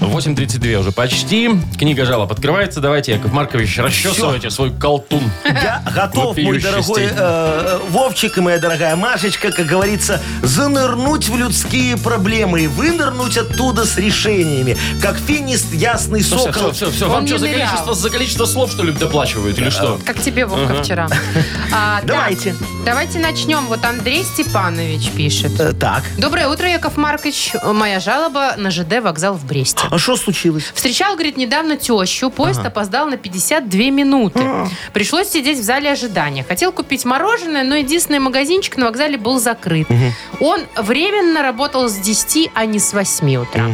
Speaker 2: 8.32 уже почти. Книга жалоб открывается. Давайте, Яков Маркович, расчесывайте свой колтун.
Speaker 4: Я готов, мой
Speaker 2: Вопиющей
Speaker 4: дорогой
Speaker 2: степени.
Speaker 4: э, Вовчик и моя дорогая Машечка, как говорится, занырнуть в людские проблемы и вынырнуть оттуда с решениями. Как финист ясный
Speaker 2: Ну, все, все,
Speaker 4: сокол.
Speaker 2: все, все.
Speaker 3: Он
Speaker 2: Вам
Speaker 3: не
Speaker 2: что, за
Speaker 3: нырял.
Speaker 2: количество, за количество слов, что ли, доплачивают или что?
Speaker 3: Как тебе, Вовка, вчера. А, так,
Speaker 4: Давайте.
Speaker 3: Давайте начнем. Вот Андрей Степанович пишет.
Speaker 4: Э, Так.
Speaker 3: Доброе утро, Яков Маркович. Моя жалоба на ЖД вокзал в Бресте.
Speaker 4: А что случилось?
Speaker 3: Встречал, говорит, недавно тещу. Поезд опоздал на 52 минуты. Пришлось сидеть в зале ожидания. Хотел купить мороженое, но единственный магазинчик на вокзале был закрыт. Он временно работал с 10, а не с 8 утра.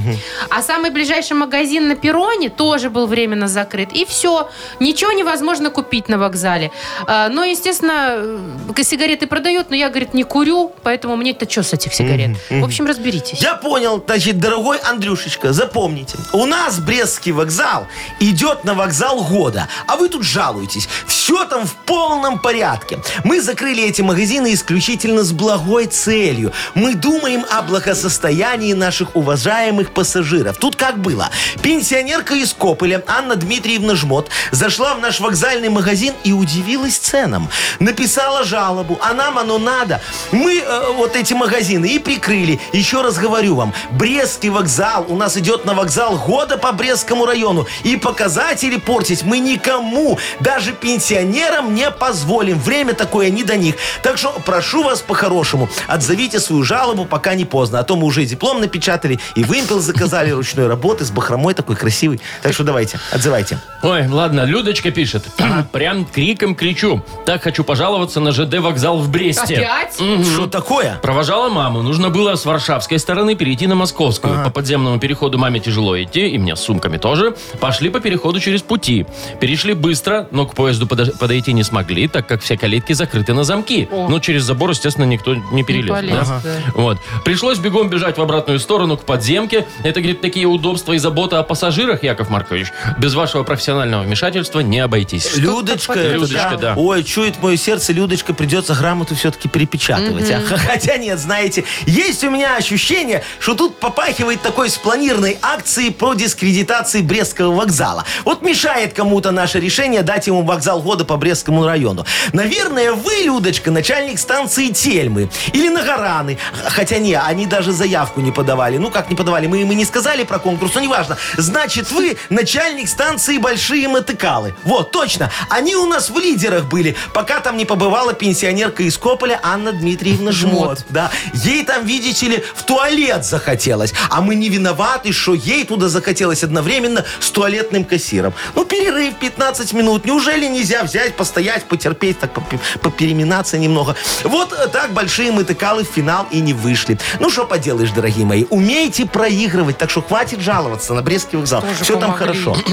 Speaker 3: А самый ближайший магазин на перроне тоже был временно закрыт. И все. Ничего невозможно купить на вокзале. А, Но, естественно, э, сигареты продают, но я, говорит, не курю, поэтому мне-то что с этих сигарет? В общем, разберитесь.
Speaker 4: Я понял, значит, дорогой Андрюшечка, запомните, у нас Брестский вокзал идет на вокзал года, а вы тут жалуетесь. Все там в полном порядке. Мы закрыли эти магазины исключительно с благой целью. Мы думаем о благосостоянии наших уважаемых пассажиров. Тут как было. Пенсионерка из Кополя Анна Дмитриевна Жмот зашла в наш вокзальный магазин и удивилась ценам. Написала жалобу, а нам оно надо. Мы э, вот эти магазины и прикрыли. Еще раз говорю вам, Брестский вокзал у нас идет на вокзал вокзал года по Брестскому району. И показать или портить мы никому, даже пенсионерам не позволим. Время такое не до них. Так что прошу вас по-хорошему, отзовите свою жалобу, пока не поздно. А то мы уже и диплом напечатали, и вымпел заказали ручной работы с бахромой такой красивый. Так что давайте, отзывайте.
Speaker 3: А.
Speaker 2: Ой, ладно, Людочка пишет. Прям криком кричу. Так хочу пожаловаться на ЖД вокзал в Бресте.
Speaker 3: Опять?
Speaker 4: Что такое?
Speaker 2: Провожала маму. Нужно было с варшавской стороны перейти на московскую. По подземному переходу маме тяжело идти, и мне с сумками тоже. Пошли по переходу через пути. Перешли быстро, но к поезду подож- подойти не смогли, так как все калитки закрыты на замки. Ну, через забор, естественно, никто не перелез.
Speaker 3: полез,
Speaker 2: да?
Speaker 3: да.
Speaker 2: Вот. Пришлось бегом бежать в обратную сторону к подземке. Это, говорит, такие удобства и забота о пассажирах, Яков Маркович. Без вашего профессионального вмешательства не обойтись.
Speaker 4: Людочка,
Speaker 2: так
Speaker 4: это
Speaker 2: Людочка, да.
Speaker 4: Ой, чует мое сердце, Людочка, придется грамоту все-таки перепечатывать. а. Хотя нет, знаете, есть у меня ощущение, что тут попахивает такой спланированной акции про дискредитации Брестского вокзала. Вот мешает кому-то наше решение дать ему вокзал года по Брестскому району. Наверное, вы, Людочка, начальник станции Тельмы или Нагораны. Хотя не, они даже заявку не подавали. Ну, как не подавали, мы им и не сказали про конкурс, ну, неважно. Значит, вы начальник станции Большие Мотыкалы. Вот, точно. Они у нас в лидерах были, пока там не побывала пенсионерка из Кополя Анна Дмитриевна Жмот. Да. Ей там, видите ли, в туалет захотелось. А мы не виноваты, что ей туда захотелось одновременно с туалетным кассиром. Ну, перерыв 15 минут. Неужели нельзя взять, постоять, потерпеть, так попе- попереминаться немного? Вот э, так большие мотыкалы в финал и не вышли. Ну, что поделаешь, дорогие мои. Умеете проигрывать, так что хватит жаловаться на Брестский вокзал.
Speaker 3: Тоже
Speaker 4: Все там
Speaker 3: помогли.
Speaker 4: хорошо.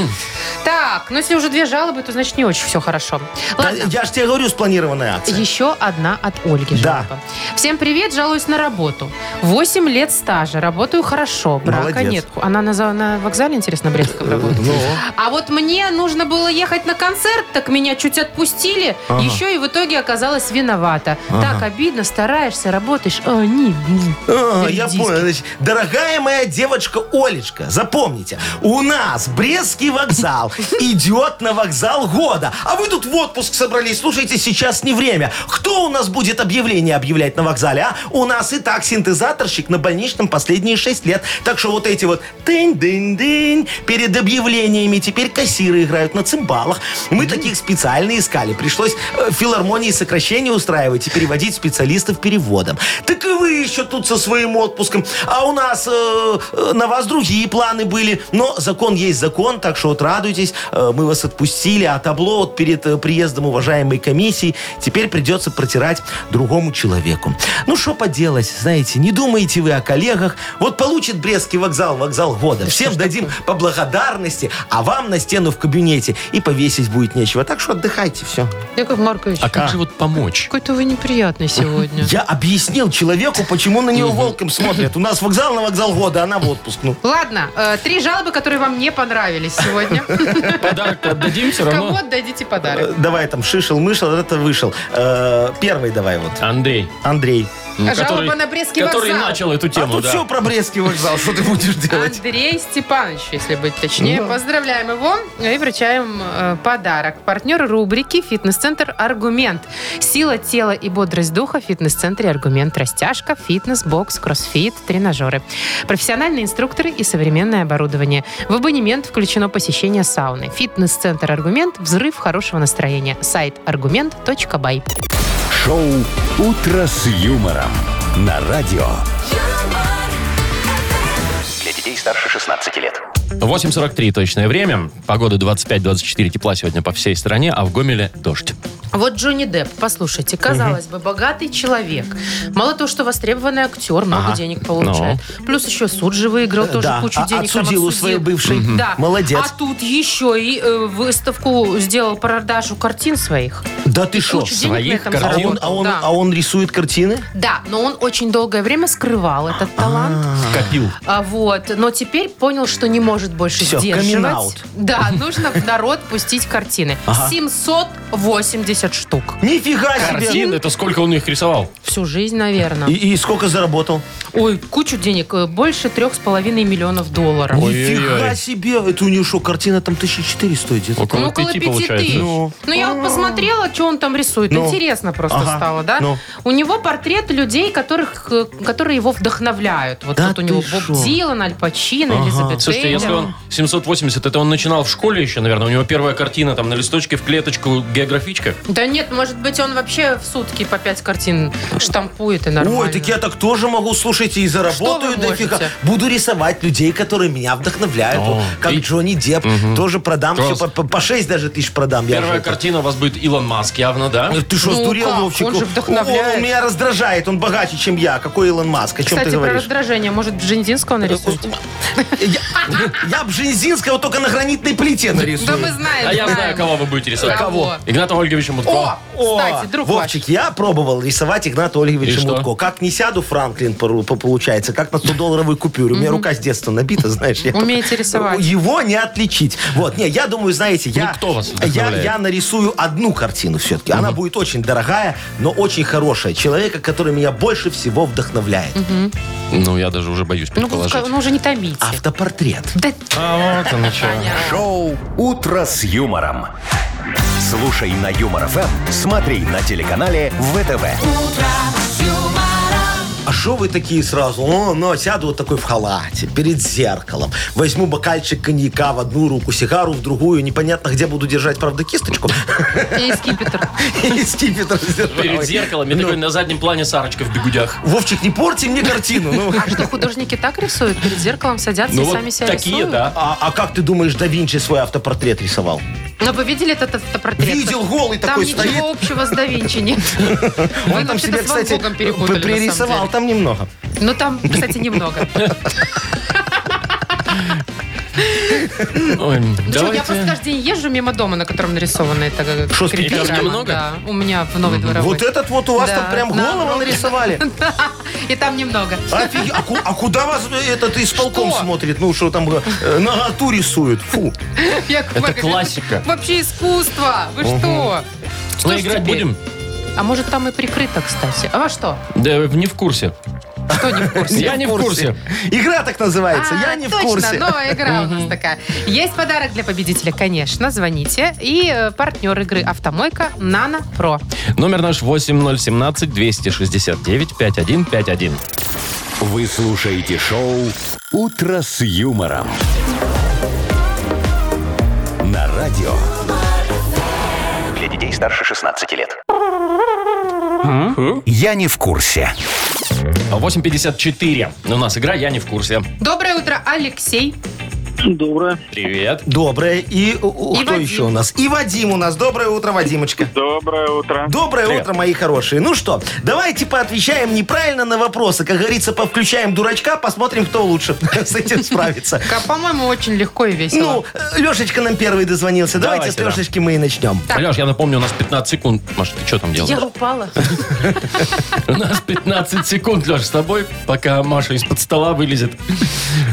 Speaker 3: Так, ну если уже две жалобы, то значит не очень все хорошо.
Speaker 4: Да,
Speaker 3: Ладно.
Speaker 4: я же тебе говорю, спланированная акция.
Speaker 3: Еще одна от Ольги
Speaker 4: Да.
Speaker 3: жалоба. Всем привет, жалуюсь на работу. 8 лет стажа, работаю хорошо, брака
Speaker 4: Молодец. Э,
Speaker 3: нет. Она на, за- на вокзале, интересно, Брестском работает? А вот мне нужно было ехать на концерт, так меня чуть отпустили, еще и в итоге оказалась виновата. Так обидно, стараешься, работаешь, а они... м,
Speaker 4: А,
Speaker 3: Или
Speaker 4: я
Speaker 3: диски.
Speaker 4: понял. Значит, дорогая моя девочка Олечка, запомните, у нас Брестский вокзал идет на вокзал года. А вы тут в отпуск собрались. Слушайте, сейчас не время. Кто у нас будет объявление объявлять на вокзале, а? У нас и так синтезаторщик на больничном последние 6 лет. Так что вот эти вот тынь-дынь-дынь перед объявлениями теперь кассиры играют на цимбалах. Мы таких специально искали. Пришлось э, в филармонии сокращение устраивать и переводить специалистов переводом. Так и вы еще тут со своим отпуском. А у нас э, э, на вас другие планы были. Но закон есть закон, так что вот радуйтесь. Э, мы вас отпустили, а табло вот перед э, приездом уважаемой комиссии теперь придется протирать другому человеку. Ну, что поделать, знаете, не думаете вы о коллегах. Вот получит Брестский вокзал, вокзал года. Всем дадим по благодарности, а вам на стену в кабинете и повесить будет нечего. Так что отдыхайте, все.
Speaker 3: Яков Маркович,
Speaker 2: А как же вот помочь?
Speaker 3: какой-то вы неприятный сегодня.
Speaker 4: Я объяснил человеку, почему на него волком смотрят. У нас вокзал на вокзал года, а она в отпуск. Ну,
Speaker 3: Ладно, э, три жалобы, которые вам не понравились сегодня.
Speaker 2: Подарок отдадим все
Speaker 3: Кому
Speaker 2: равно.
Speaker 3: отдадите
Speaker 4: э,
Speaker 3: подарок?
Speaker 4: давай там шишел-мышел, а это вышел. Э, Первый давай вот.
Speaker 2: Андрей.
Speaker 4: Андрей.
Speaker 2: ну,
Speaker 3: Жалоба
Speaker 2: который,
Speaker 3: на Брестский
Speaker 2: который
Speaker 3: вокзал.
Speaker 2: начал эту
Speaker 4: А
Speaker 2: тему,
Speaker 4: тут
Speaker 2: да.
Speaker 4: все про Брестский вокзал, что ты будешь делать?
Speaker 3: Андрей Степанович, если быть точнее. Поздравляем его и вручаем э, подарок. Партнер рубрики «Фитнес-центр Аргумент». Сила тела и бодрость духа в фитнес-центре «Аргумент». Растяжка, фитнес, бокс, кроссфит, тренажеры. Профессиональные инструкторы и современное оборудование. В абонемент включено посещение сауны. Фитнес-центр «Аргумент» – взрыв хорошего настроения. Сайт argument.by.
Speaker 1: Шоу «Утро с юмором» на радио.
Speaker 5: Для детей старше 16 лет.
Speaker 2: 8.43 точное время. Погода 25-24 тепла сегодня по всей стране, а в Гомеле дождь.
Speaker 3: Вот Джонни Депп, послушайте, казалось бы, богатый человек. Мало того, что востребованный актер, много
Speaker 4: Ага. Ну.
Speaker 3: денег получает. Плюс еще суд же выиграл тоже
Speaker 4: Да,
Speaker 3: кучу
Speaker 4: а-
Speaker 3: денег. там
Speaker 4: отсудил у
Speaker 3: отсудил.
Speaker 4: своей бывшей. Мгм.
Speaker 3: Да.
Speaker 4: Молодец.
Speaker 3: А тут еще и э, выставку сделал продажу картин своих.
Speaker 4: Да ты шо?
Speaker 3: Кучу денег на
Speaker 2: своих
Speaker 3: этом
Speaker 2: картин?
Speaker 4: А он,
Speaker 3: заработал.
Speaker 4: а, он,
Speaker 3: да.
Speaker 4: а он рисует картины?
Speaker 3: Да, но он очень долгое время скрывал
Speaker 4: А.
Speaker 3: этот талант.
Speaker 2: Копил.
Speaker 3: А вот, но теперь понял, что не может больше
Speaker 4: Всё,
Speaker 3: сдерживать.
Speaker 4: камин-аут.
Speaker 3: Да, нужно в народ пустить картины. 780 штук.
Speaker 4: Нифига себе!
Speaker 2: Картин, это сколько он их рисовал?
Speaker 3: Всю жизнь, наверное.
Speaker 4: И, и сколько заработал?
Speaker 3: Ой, кучу денег. э, Больше трех с половиной миллионов долларов. Ну,
Speaker 2: Ой-ой-ой.
Speaker 4: Нифига себе! Это у него что, картина там 1400 стоит? где-то?
Speaker 2: Около
Speaker 3: Ну, около
Speaker 2: пяти
Speaker 3: пяти
Speaker 2: получается.
Speaker 3: тысяч.
Speaker 4: Ну.
Speaker 3: Ну, я вот посмотрела, что что он там рисует.
Speaker 4: Ну.
Speaker 3: Интересно просто
Speaker 4: Ага.
Speaker 3: стало, да?
Speaker 4: Ну.
Speaker 3: У него портрет людей, которых, э, которые его вдохновляют. Вот
Speaker 4: Да
Speaker 3: тут у
Speaker 4: ты
Speaker 3: него
Speaker 4: шо?
Speaker 3: Боб Дилан, Аль Пачино, Элизабет
Speaker 2: Слушайте,
Speaker 3: Тейлор.
Speaker 2: если он 780, это он начинал в школе еще, наверное. У него первая картина там на листочке в клеточку географичка.
Speaker 3: Да нет, может быть, он вообще в сутки по пять картин штампует и нормально.
Speaker 4: Ой, так я так тоже могу, слушайте, и заработаю
Speaker 3: Что вы
Speaker 4: дофига.
Speaker 3: можете?
Speaker 4: Буду рисовать людей, которые меня вдохновляют.
Speaker 2: О,
Speaker 4: Вот как
Speaker 2: и-
Speaker 4: Джонни Депп. Тоже продам
Speaker 2: Класс.
Speaker 4: все, по, 6 даже тысяч продам. я
Speaker 2: Первая
Speaker 4: же это.
Speaker 2: картина у вас будет Илон Маск, явно, да?
Speaker 4: Э, Ты что,
Speaker 3: Ну
Speaker 4: сдурел,
Speaker 3: как?
Speaker 4: Вовчик?
Speaker 3: Он же вдохновляет.
Speaker 4: О, он меня раздражает, он богаче, чем я. Какой Илон Маск? О чем
Speaker 3: Кстати,
Speaker 4: ты
Speaker 3: про
Speaker 4: говоришь? Э,
Speaker 3: раздражение. Может, Бжендинского нарисует?
Speaker 4: Я, я Бжезинского только на гранитной плите нарисую.
Speaker 3: Да мы знаем,
Speaker 2: А я знаю,
Speaker 3: знаем.
Speaker 2: кого вы будете рисовать.
Speaker 3: Кого?
Speaker 2: Игната Ольговича Мутко.
Speaker 3: О, кстати, друг ваш.
Speaker 4: Вовчик, я пробовал рисовать Игната
Speaker 2: И
Speaker 4: Ольговича
Speaker 2: что?
Speaker 4: Мутко. Как не сяду, Франклин, пору- по- получается, как на 100-долларовой купюре. У меня рука с детства набита, знаешь. я-
Speaker 3: Умеете рисовать.
Speaker 4: Его не отличить. Вот, не, я думаю, знаете, я...
Speaker 2: Ну, кто вас
Speaker 4: я,
Speaker 2: вдохновляет?
Speaker 4: я нарисую одну картину все-таки. Она будет очень дорогая, но очень хорошая. Человека, который меня больше всего вдохновляет.
Speaker 2: Ну, я даже уже боюсь
Speaker 3: Ну, пускай-
Speaker 2: предположить.
Speaker 3: ну, уже не томите.
Speaker 4: Автопортрет.
Speaker 3: Да,
Speaker 2: А вот оно что.
Speaker 1: Шоу «Утро с юмором». Слушай на Юмор ФМ, смотри на телеканале ВТВ.
Speaker 4: А что вы такие сразу? О, ну, сяду вот такой в халате, перед зеркалом. Возьму бокальчик коньяка в одну руку, сигару в другую. Непонятно, где буду держать, правда, кисточку.
Speaker 3: и скипетр.
Speaker 4: И скипетр с зеркалом.
Speaker 2: Перед зеркалом и
Speaker 3: Ну.
Speaker 2: такой на заднем плане Сарочка в бегудях.
Speaker 4: Вовчик, не порти мне картину. ну.
Speaker 3: А что, художники так рисуют? Перед зеркалом садятся
Speaker 2: Ну
Speaker 3: и
Speaker 2: вот
Speaker 3: сами себя
Speaker 2: такие,
Speaker 3: рисуют?
Speaker 2: да.
Speaker 4: А, а как ты думаешь, да Винчи свой автопортрет рисовал?
Speaker 3: Но вы видели этот автопортрет?
Speaker 4: Видел, голый
Speaker 3: Там
Speaker 4: такой
Speaker 3: ничего
Speaker 4: стоит.
Speaker 3: общего с да Винчи нет. Вы
Speaker 4: Он там
Speaker 3: вообще-то
Speaker 4: себе,
Speaker 3: с Ван
Speaker 4: кстати,
Speaker 3: Гогом перепутали, на самом
Speaker 4: пририсовал
Speaker 3: деле.
Speaker 4: там немного.
Speaker 3: Ну, там, кстати, немного.
Speaker 2: Ой,
Speaker 3: Почему? ну, Я
Speaker 2: давайте.
Speaker 3: просто каждый день езжу мимо дома, на котором нарисована эта э,
Speaker 4: Шо, скипетр
Speaker 3: крипторама,
Speaker 2: немного?
Speaker 3: Да, у меня в новой дворовой.
Speaker 4: Вот этот вот у вас
Speaker 3: Да,
Speaker 4: там прям
Speaker 3: на
Speaker 4: голову
Speaker 3: руку.
Speaker 4: нарисовали.
Speaker 3: И там немного.
Speaker 4: Офиге- А, ку- а куда вас этот исполком
Speaker 3: Что?
Speaker 4: смотрит? Ну, что там, э, наготу рисует. Фу.
Speaker 3: Яков
Speaker 2: Это
Speaker 3: Маркович,
Speaker 2: классика.
Speaker 3: Вообще искусство. Вы что? Что
Speaker 2: Мы
Speaker 3: ж
Speaker 2: играть
Speaker 3: теперь?
Speaker 2: будем?
Speaker 3: А может, там и прикрыто, кстати. А во что?
Speaker 2: Да, не в курсе.
Speaker 3: Что не в курсе? А,
Speaker 2: Я не в курсе.
Speaker 4: Игра так называется. Я не в
Speaker 3: точно,
Speaker 4: курсе.
Speaker 3: новая игра у нас такая. Есть подарок для победителя, конечно. Звоните. И э, партнер игры «Автомойка» «Нано Про».
Speaker 2: Номер наш 8017-269-5151.
Speaker 1: Вы слушаете шоу «Утро с юмором». На радио
Speaker 5: Для детей старше 16 лет.
Speaker 1: «Я не в курсе».
Speaker 2: 8.54. У нас игра «Я не в курсе».
Speaker 3: Доброе утро, Алексей.
Speaker 9: Доброе.
Speaker 2: Привет.
Speaker 4: Доброе. И, у-
Speaker 3: И
Speaker 4: кто
Speaker 3: Вадим.
Speaker 4: еще у нас? И Вадим у нас. Доброе утро, Вадимочка.
Speaker 9: Доброе утро.
Speaker 4: Доброе
Speaker 2: Привет.
Speaker 4: утро, мои хорошие. Ну что, давайте поотвечаем неправильно на вопросы. Как говорится, повключаем дурачка, посмотрим, кто лучше с этим справится.
Speaker 3: Ка- По-моему, очень легко и
Speaker 4: Ну,
Speaker 3: весело.
Speaker 4: э, Лешечка нам первый дозвонился. Давайте с
Speaker 2: Давайте, да.
Speaker 4: Лешечки мы и начнем.
Speaker 2: Алеш, я напомню, у нас 15 секунд. Маша, ты что там делаешь?
Speaker 3: Я упала.
Speaker 2: У нас 15 секунд, Леш, с тобой, пока Маша из-под стола вылезет.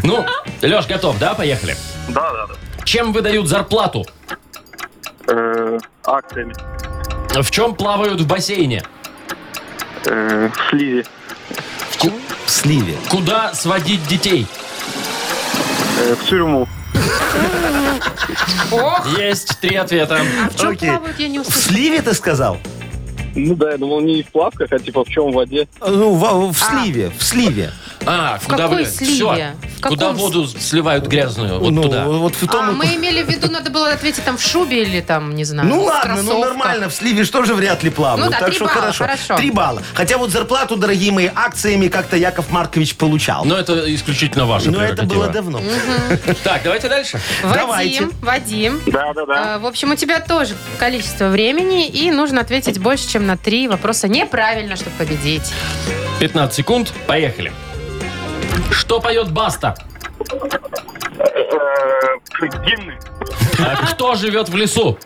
Speaker 2: Ну, Леш, готов, да? Поехали.
Speaker 9: Да, да, да.
Speaker 2: Чем выдают зарплату?
Speaker 9: Э, акциями.
Speaker 2: В чем плавают в бассейне?
Speaker 9: Э, в сливе.
Speaker 4: В сливе.
Speaker 2: Куда сводить детей?
Speaker 9: Э, в тюрьму.
Speaker 3: Ох,
Speaker 2: Есть три ответа.
Speaker 3: А в чем
Speaker 4: Окей.
Speaker 3: плавают, я не
Speaker 4: В
Speaker 3: услышала.
Speaker 4: сливе ты сказал?
Speaker 9: Ну да, я думал, не в плавках, а типа в чем в воде.
Speaker 4: Ну, в, в сливе, в сливе.
Speaker 2: А,
Speaker 3: В какой сливе?
Speaker 2: Все.
Speaker 3: В каком
Speaker 2: Куда
Speaker 3: с-
Speaker 2: воду сливают грязную? Вот
Speaker 4: ну,
Speaker 2: туда.
Speaker 4: вот в том
Speaker 3: А
Speaker 4: и-
Speaker 3: мы имели в виду, надо было ответить там в шубе или там, не знаю,
Speaker 4: Ну
Speaker 3: в
Speaker 4: ладно, ну
Speaker 3: кроссовках.
Speaker 4: нормально, в сливе что же вряд ли плавают.
Speaker 3: Ну да,
Speaker 4: так
Speaker 3: три
Speaker 4: что
Speaker 3: балла,
Speaker 4: хорошо.
Speaker 3: хорошо.
Speaker 4: Три балла. Хотя вот зарплату, дорогие мои, акциями как-то Яков Маркович получал.
Speaker 2: Но это исключительно ваше
Speaker 4: Но Ну, это было давно.
Speaker 2: Так, давайте дальше.
Speaker 4: Давайте.
Speaker 3: Вадим, Вадим.
Speaker 9: Да, да, да.
Speaker 3: э, В общем, у тебя тоже количество времени, и нужно ответить больше, чем на три вопроса неправильно, чтобы победить.
Speaker 2: 15 секунд, поехали. Что поет Баста?
Speaker 9: Э, гимны.
Speaker 2: А Кто живет в лесу?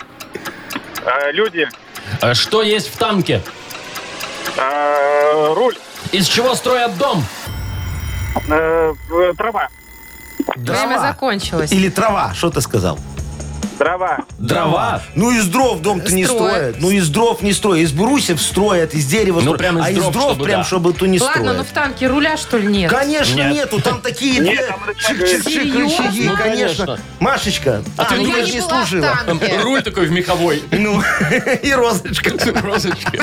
Speaker 9: Э, люди.
Speaker 2: А Что есть в танке?
Speaker 9: Э, руль.
Speaker 2: Из чего строят дом?
Speaker 9: Э, э, трава.
Speaker 4: Дрова.
Speaker 3: Время закончилось.
Speaker 4: Или трава, что ты сказал?
Speaker 9: Дрова.
Speaker 2: Дрова?
Speaker 4: Ну, из дров дом-то не
Speaker 3: Строят.
Speaker 4: строят. Ну, из дров не строят. Из брусьев строят, из дерева
Speaker 2: Ну,
Speaker 4: строят.
Speaker 2: прям из
Speaker 4: а
Speaker 2: дров,
Speaker 4: из дров
Speaker 2: чтобы
Speaker 4: прям,
Speaker 2: да.
Speaker 4: чтобы ту не
Speaker 3: Ладно, ну, но
Speaker 4: строят.
Speaker 3: в танке руля, что ли, нет?
Speaker 4: Конечно,
Speaker 2: Нет.
Speaker 4: нету. Там такие
Speaker 9: Нет,
Speaker 4: две
Speaker 9: там рычаг
Speaker 4: чик-чик-чик
Speaker 3: есть.
Speaker 4: рычаги.
Speaker 3: Серьезно?
Speaker 4: Конечно. Машечка, а,
Speaker 3: Ну,
Speaker 4: ты
Speaker 3: я
Speaker 4: даже
Speaker 3: не
Speaker 4: не
Speaker 3: была в
Speaker 4: служила.
Speaker 3: танке.
Speaker 2: Э, Руль такой в меховой.
Speaker 4: Ну, и розочка.
Speaker 2: Розочки.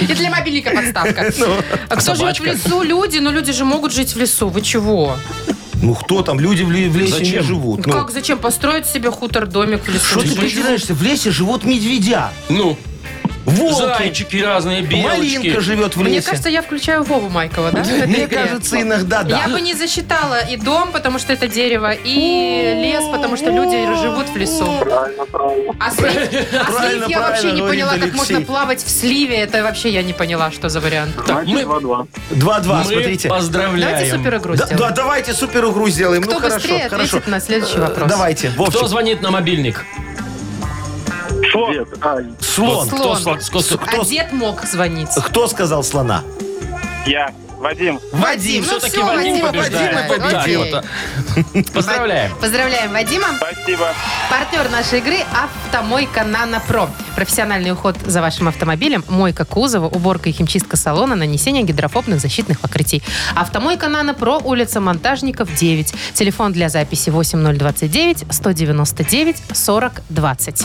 Speaker 3: И для мобильника подставка.
Speaker 4: Ну,
Speaker 3: А кто живет в
Speaker 2: собачка?
Speaker 3: лесу? Люди. Ну, люди же могут жить в лесу. Вы чего?
Speaker 4: Ну, кто там? Люди в ле- в лесе не
Speaker 2: Зачем?
Speaker 4: живут. Ну,
Speaker 3: Как, зачем построить себе хутор, домик в лесу?
Speaker 4: Что ты придираешься? В лесе живут медведя,
Speaker 2: Ну,
Speaker 4: волки,
Speaker 2: зайчики разные, белочки.
Speaker 4: малинка живет в
Speaker 3: Мне
Speaker 4: лесе.
Speaker 3: кажется, я включаю Вову Майкова, да? в этой
Speaker 4: Мне
Speaker 3: игре?
Speaker 4: кажется, иногда
Speaker 3: Я
Speaker 4: да.
Speaker 3: бы не засчитала и дом, потому что это дерево, и лес, потому что люди живут в лесу.
Speaker 9: Правильно, правильно.
Speaker 3: А слив, а слив
Speaker 4: Правильно,
Speaker 3: я вообще
Speaker 4: правильно
Speaker 3: не
Speaker 4: говорит
Speaker 3: поняла, как
Speaker 4: Алексей.
Speaker 3: можно плавать в сливе. Это вообще я не поняла, что за вариант.
Speaker 2: Так, мы
Speaker 9: 2-2.
Speaker 4: 2-2,
Speaker 2: мы
Speaker 3: Давайте
Speaker 4: смотрите.
Speaker 3: супер
Speaker 2: поздравляем.
Speaker 3: игру
Speaker 4: Да, да,
Speaker 3: сделаем.
Speaker 4: давайте супер игру сделаем.
Speaker 3: Кто
Speaker 4: ну хорошо,
Speaker 3: быстрее
Speaker 4: хорошо.
Speaker 3: ответит на следующий вопрос?
Speaker 4: Давайте,
Speaker 2: Кто
Speaker 4: Вовчик.
Speaker 2: звонит на мобильник?
Speaker 9: Слон. А,
Speaker 3: Слон.
Speaker 4: Слон.
Speaker 2: Кто слон? Кто слон?
Speaker 4: Кто
Speaker 3: А
Speaker 4: с-
Speaker 3: дед мог звонить.
Speaker 4: Кто сказал слона?
Speaker 9: я. Вадим.
Speaker 4: Вадим.
Speaker 3: Ну
Speaker 2: Все-таки
Speaker 3: всё,
Speaker 2: Вадим
Speaker 3: Вадима
Speaker 2: побеждает.
Speaker 3: победил.
Speaker 2: Так
Speaker 3: Окей.
Speaker 2: вот. Поздравляем.
Speaker 3: Поздравляем, Вадима.
Speaker 9: Спасибо.
Speaker 3: Партнер нашей игры – автомойка «Нано-Про». Профессиональный уход за вашим автомобилем, мойка кузова, уборка и химчистка салона, нанесение гидрофобных защитных покрытий. Автомойка «Нано-Про», улица Монтажников, 9. Телефон для записи 8029-199-4020.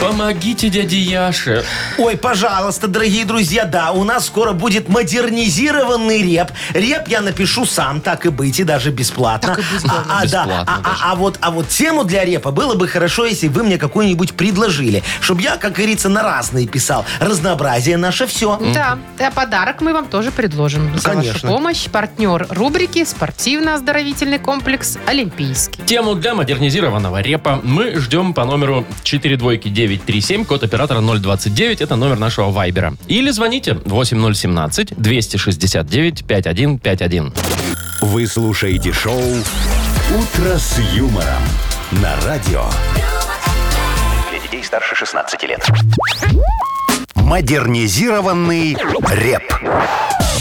Speaker 2: Помогите дяде Яше.
Speaker 4: Ой, пожалуйста, дорогие друзья, да, у нас скоро будет модернизированный реп. Реп я напишу сам, так и быть, и даже бесплатно. а, а, да,
Speaker 2: Бесплатно
Speaker 4: а, а, а вот, а вот тему для репа было бы хорошо, если вы мне какую-нибудь предложили, чтобы я, как говорится, на разные писал. Разнообразие наше все.
Speaker 3: Да, а подарок мы вам тоже предложим. За вашу
Speaker 4: Конечно.
Speaker 3: помощь партнер рубрики «Спортивно-оздоровительный комплекс Олимпийский».
Speaker 2: Тему для модернизированного репа мы ждем по номеру 42937, код оператора 029, это номер нашего вайбера. Или звоните 8017-269-5151.
Speaker 1: Вы слушаете шоу «Утро с юмором» на радио.
Speaker 5: Для детей старше 16 лет.
Speaker 1: Модернизированный реп.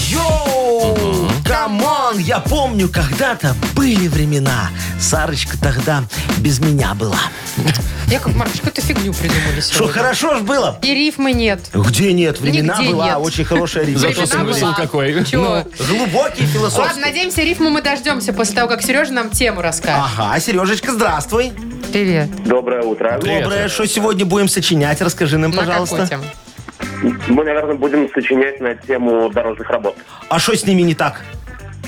Speaker 4: Йоу! Камон! Я помню, когда-то были времена. Сарочка тогда без меня была.
Speaker 3: Яков Маркович, какую-то фигню придумали
Speaker 4: Что,
Speaker 3: сегодня.
Speaker 4: хорошо ж было?
Speaker 3: И рифмы нет.
Speaker 4: Где нет? Времена
Speaker 3: Нигде
Speaker 4: была.
Speaker 3: нет.
Speaker 4: Очень хорошая речь.
Speaker 2: Зато
Speaker 3: Времена
Speaker 2: смысл
Speaker 3: была.
Speaker 2: какой.
Speaker 4: Ну,
Speaker 3: Чего?
Speaker 4: Глубокий философский.
Speaker 3: Ладно, надеемся, рифму мы дождемся после того, как Сережа нам тему расскажет.
Speaker 4: Ага, Сережечка, здравствуй.
Speaker 3: Привет.
Speaker 9: Доброе утро.
Speaker 2: Привет,
Speaker 4: Доброе, что сегодня будем сочинять? Расскажи нам,
Speaker 3: На какую
Speaker 4: пожалуйста.
Speaker 3: тему?
Speaker 9: Мы, наверное, будем сочинять на тему дорожных работ.
Speaker 4: А что с ними не так?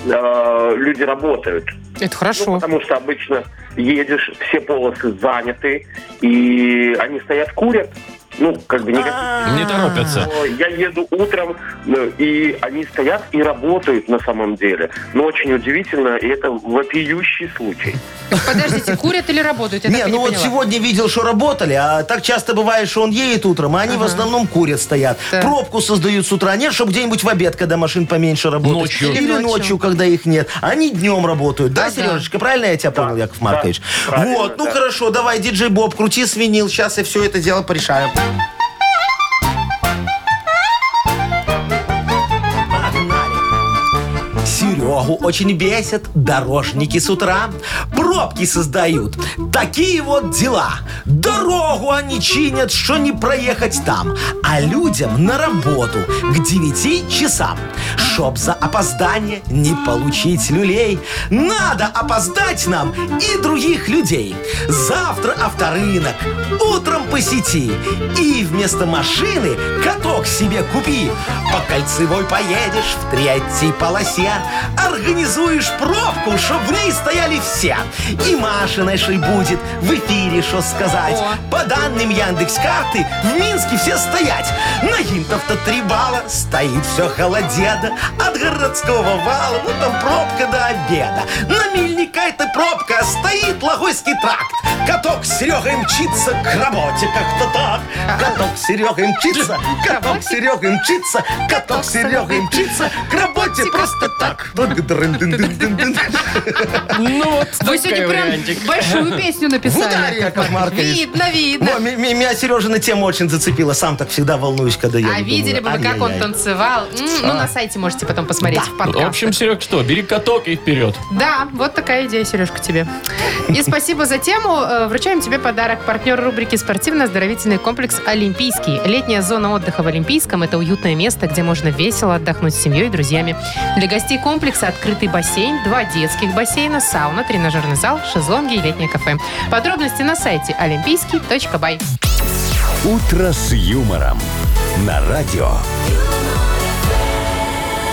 Speaker 9: Э, Люди работают.
Speaker 3: Это хорошо.
Speaker 9: Потому что обычно едешь, все полосы заняты, и они стоят, курят. Ну, как бы
Speaker 4: А,
Speaker 9: никаких...
Speaker 2: Не торопятся.
Speaker 9: Ой, Я еду утром, ну, и они стоят и работают на самом деле. Но очень удивительно, и это вопиющий случай.
Speaker 3: Подождите, курят или работают? Я
Speaker 4: Не,
Speaker 3: так и
Speaker 4: ну
Speaker 3: не
Speaker 4: вот
Speaker 3: поняла.
Speaker 4: сегодня видел, что работали, а так часто бывает, что он едет утром, а они в основном курят стоят.
Speaker 3: Да.
Speaker 4: Пробку создают с утра, нет, чтобы где-нибудь в обед, когда машин поменьше работать.
Speaker 2: Ночью.
Speaker 4: Или,
Speaker 3: Или
Speaker 4: ночью.
Speaker 3: ночью,
Speaker 4: когда их нет. Они днем работают, да,
Speaker 3: Ага.
Speaker 4: Сережечка? Правильно я тебя понял, Яков Маркович?
Speaker 9: правильно,
Speaker 4: вот, ну
Speaker 9: да.
Speaker 4: хорошо, давай, диджей Боб, крути свинил, сейчас я все это дело порешаю. Погнали. Серегу очень бесят дорожники с утра. Пробки создают. Такие вот дела. Дорогу они чинят, что не проехать там. А людям на работу к 9 часам. Чтоб за опоздание не получить люлей. Надо опоздать нам и других людей. Завтра авторынок, утром посети. И вместо машины каток себе купи. По кольцевой поедешь в третьей полосе. Организуешь пробку, чтоб в ней стояли все. И Маша нашей будет в эфире что сказать. По данным Яндекс карты в Минске все стоять. На гинтов-то три балла, стоит все холодеда. От городского вала, ну там пробка до обеда. На мельника это пробка, а стоит Логойский тракт. Каток с Серегой мчится к работе как-то так. Каток с Серегой мчится, каток с Серегой мчится, каток с Серегой мчится к работе просто так.
Speaker 2: Рок. Ну, вот
Speaker 3: Вы сегодня
Speaker 2: такой
Speaker 3: прям
Speaker 2: вариантик.
Speaker 3: большую песню написали.
Speaker 4: В ударе, Яков Маркович.
Speaker 3: Видно,
Speaker 4: Во,
Speaker 3: видно.
Speaker 4: ме- ме- Меня Сережина тема очень зацепила. Сам так всегда волнуюсь, когда я.
Speaker 3: А видели бы вы, как он танцевал? М,
Speaker 4: А.
Speaker 3: Ну, на сайте можете потом посмотреть в
Speaker 2: В
Speaker 3: подкастах.
Speaker 2: общем, Серег, что, бери каток и вперед.
Speaker 3: Да, вот такая идея, Сережка, тебе. И спасибо за тему. Э, Вручаем тебе подарок. Партнер рубрики «Спортивно-оздоровительный комплекс Олимпийский». Летняя зона отдыха в Олимпийском – это уютное место, где можно весело отдохнуть с семьей и друзьями. Для гостей комплекса открытый бассейн, два детских бассейна, сауна, тренажерный зал, шезлонги и летнее кафе. Подробности на сайте олимпийский.бай.
Speaker 1: «Утро с юмором» на радио.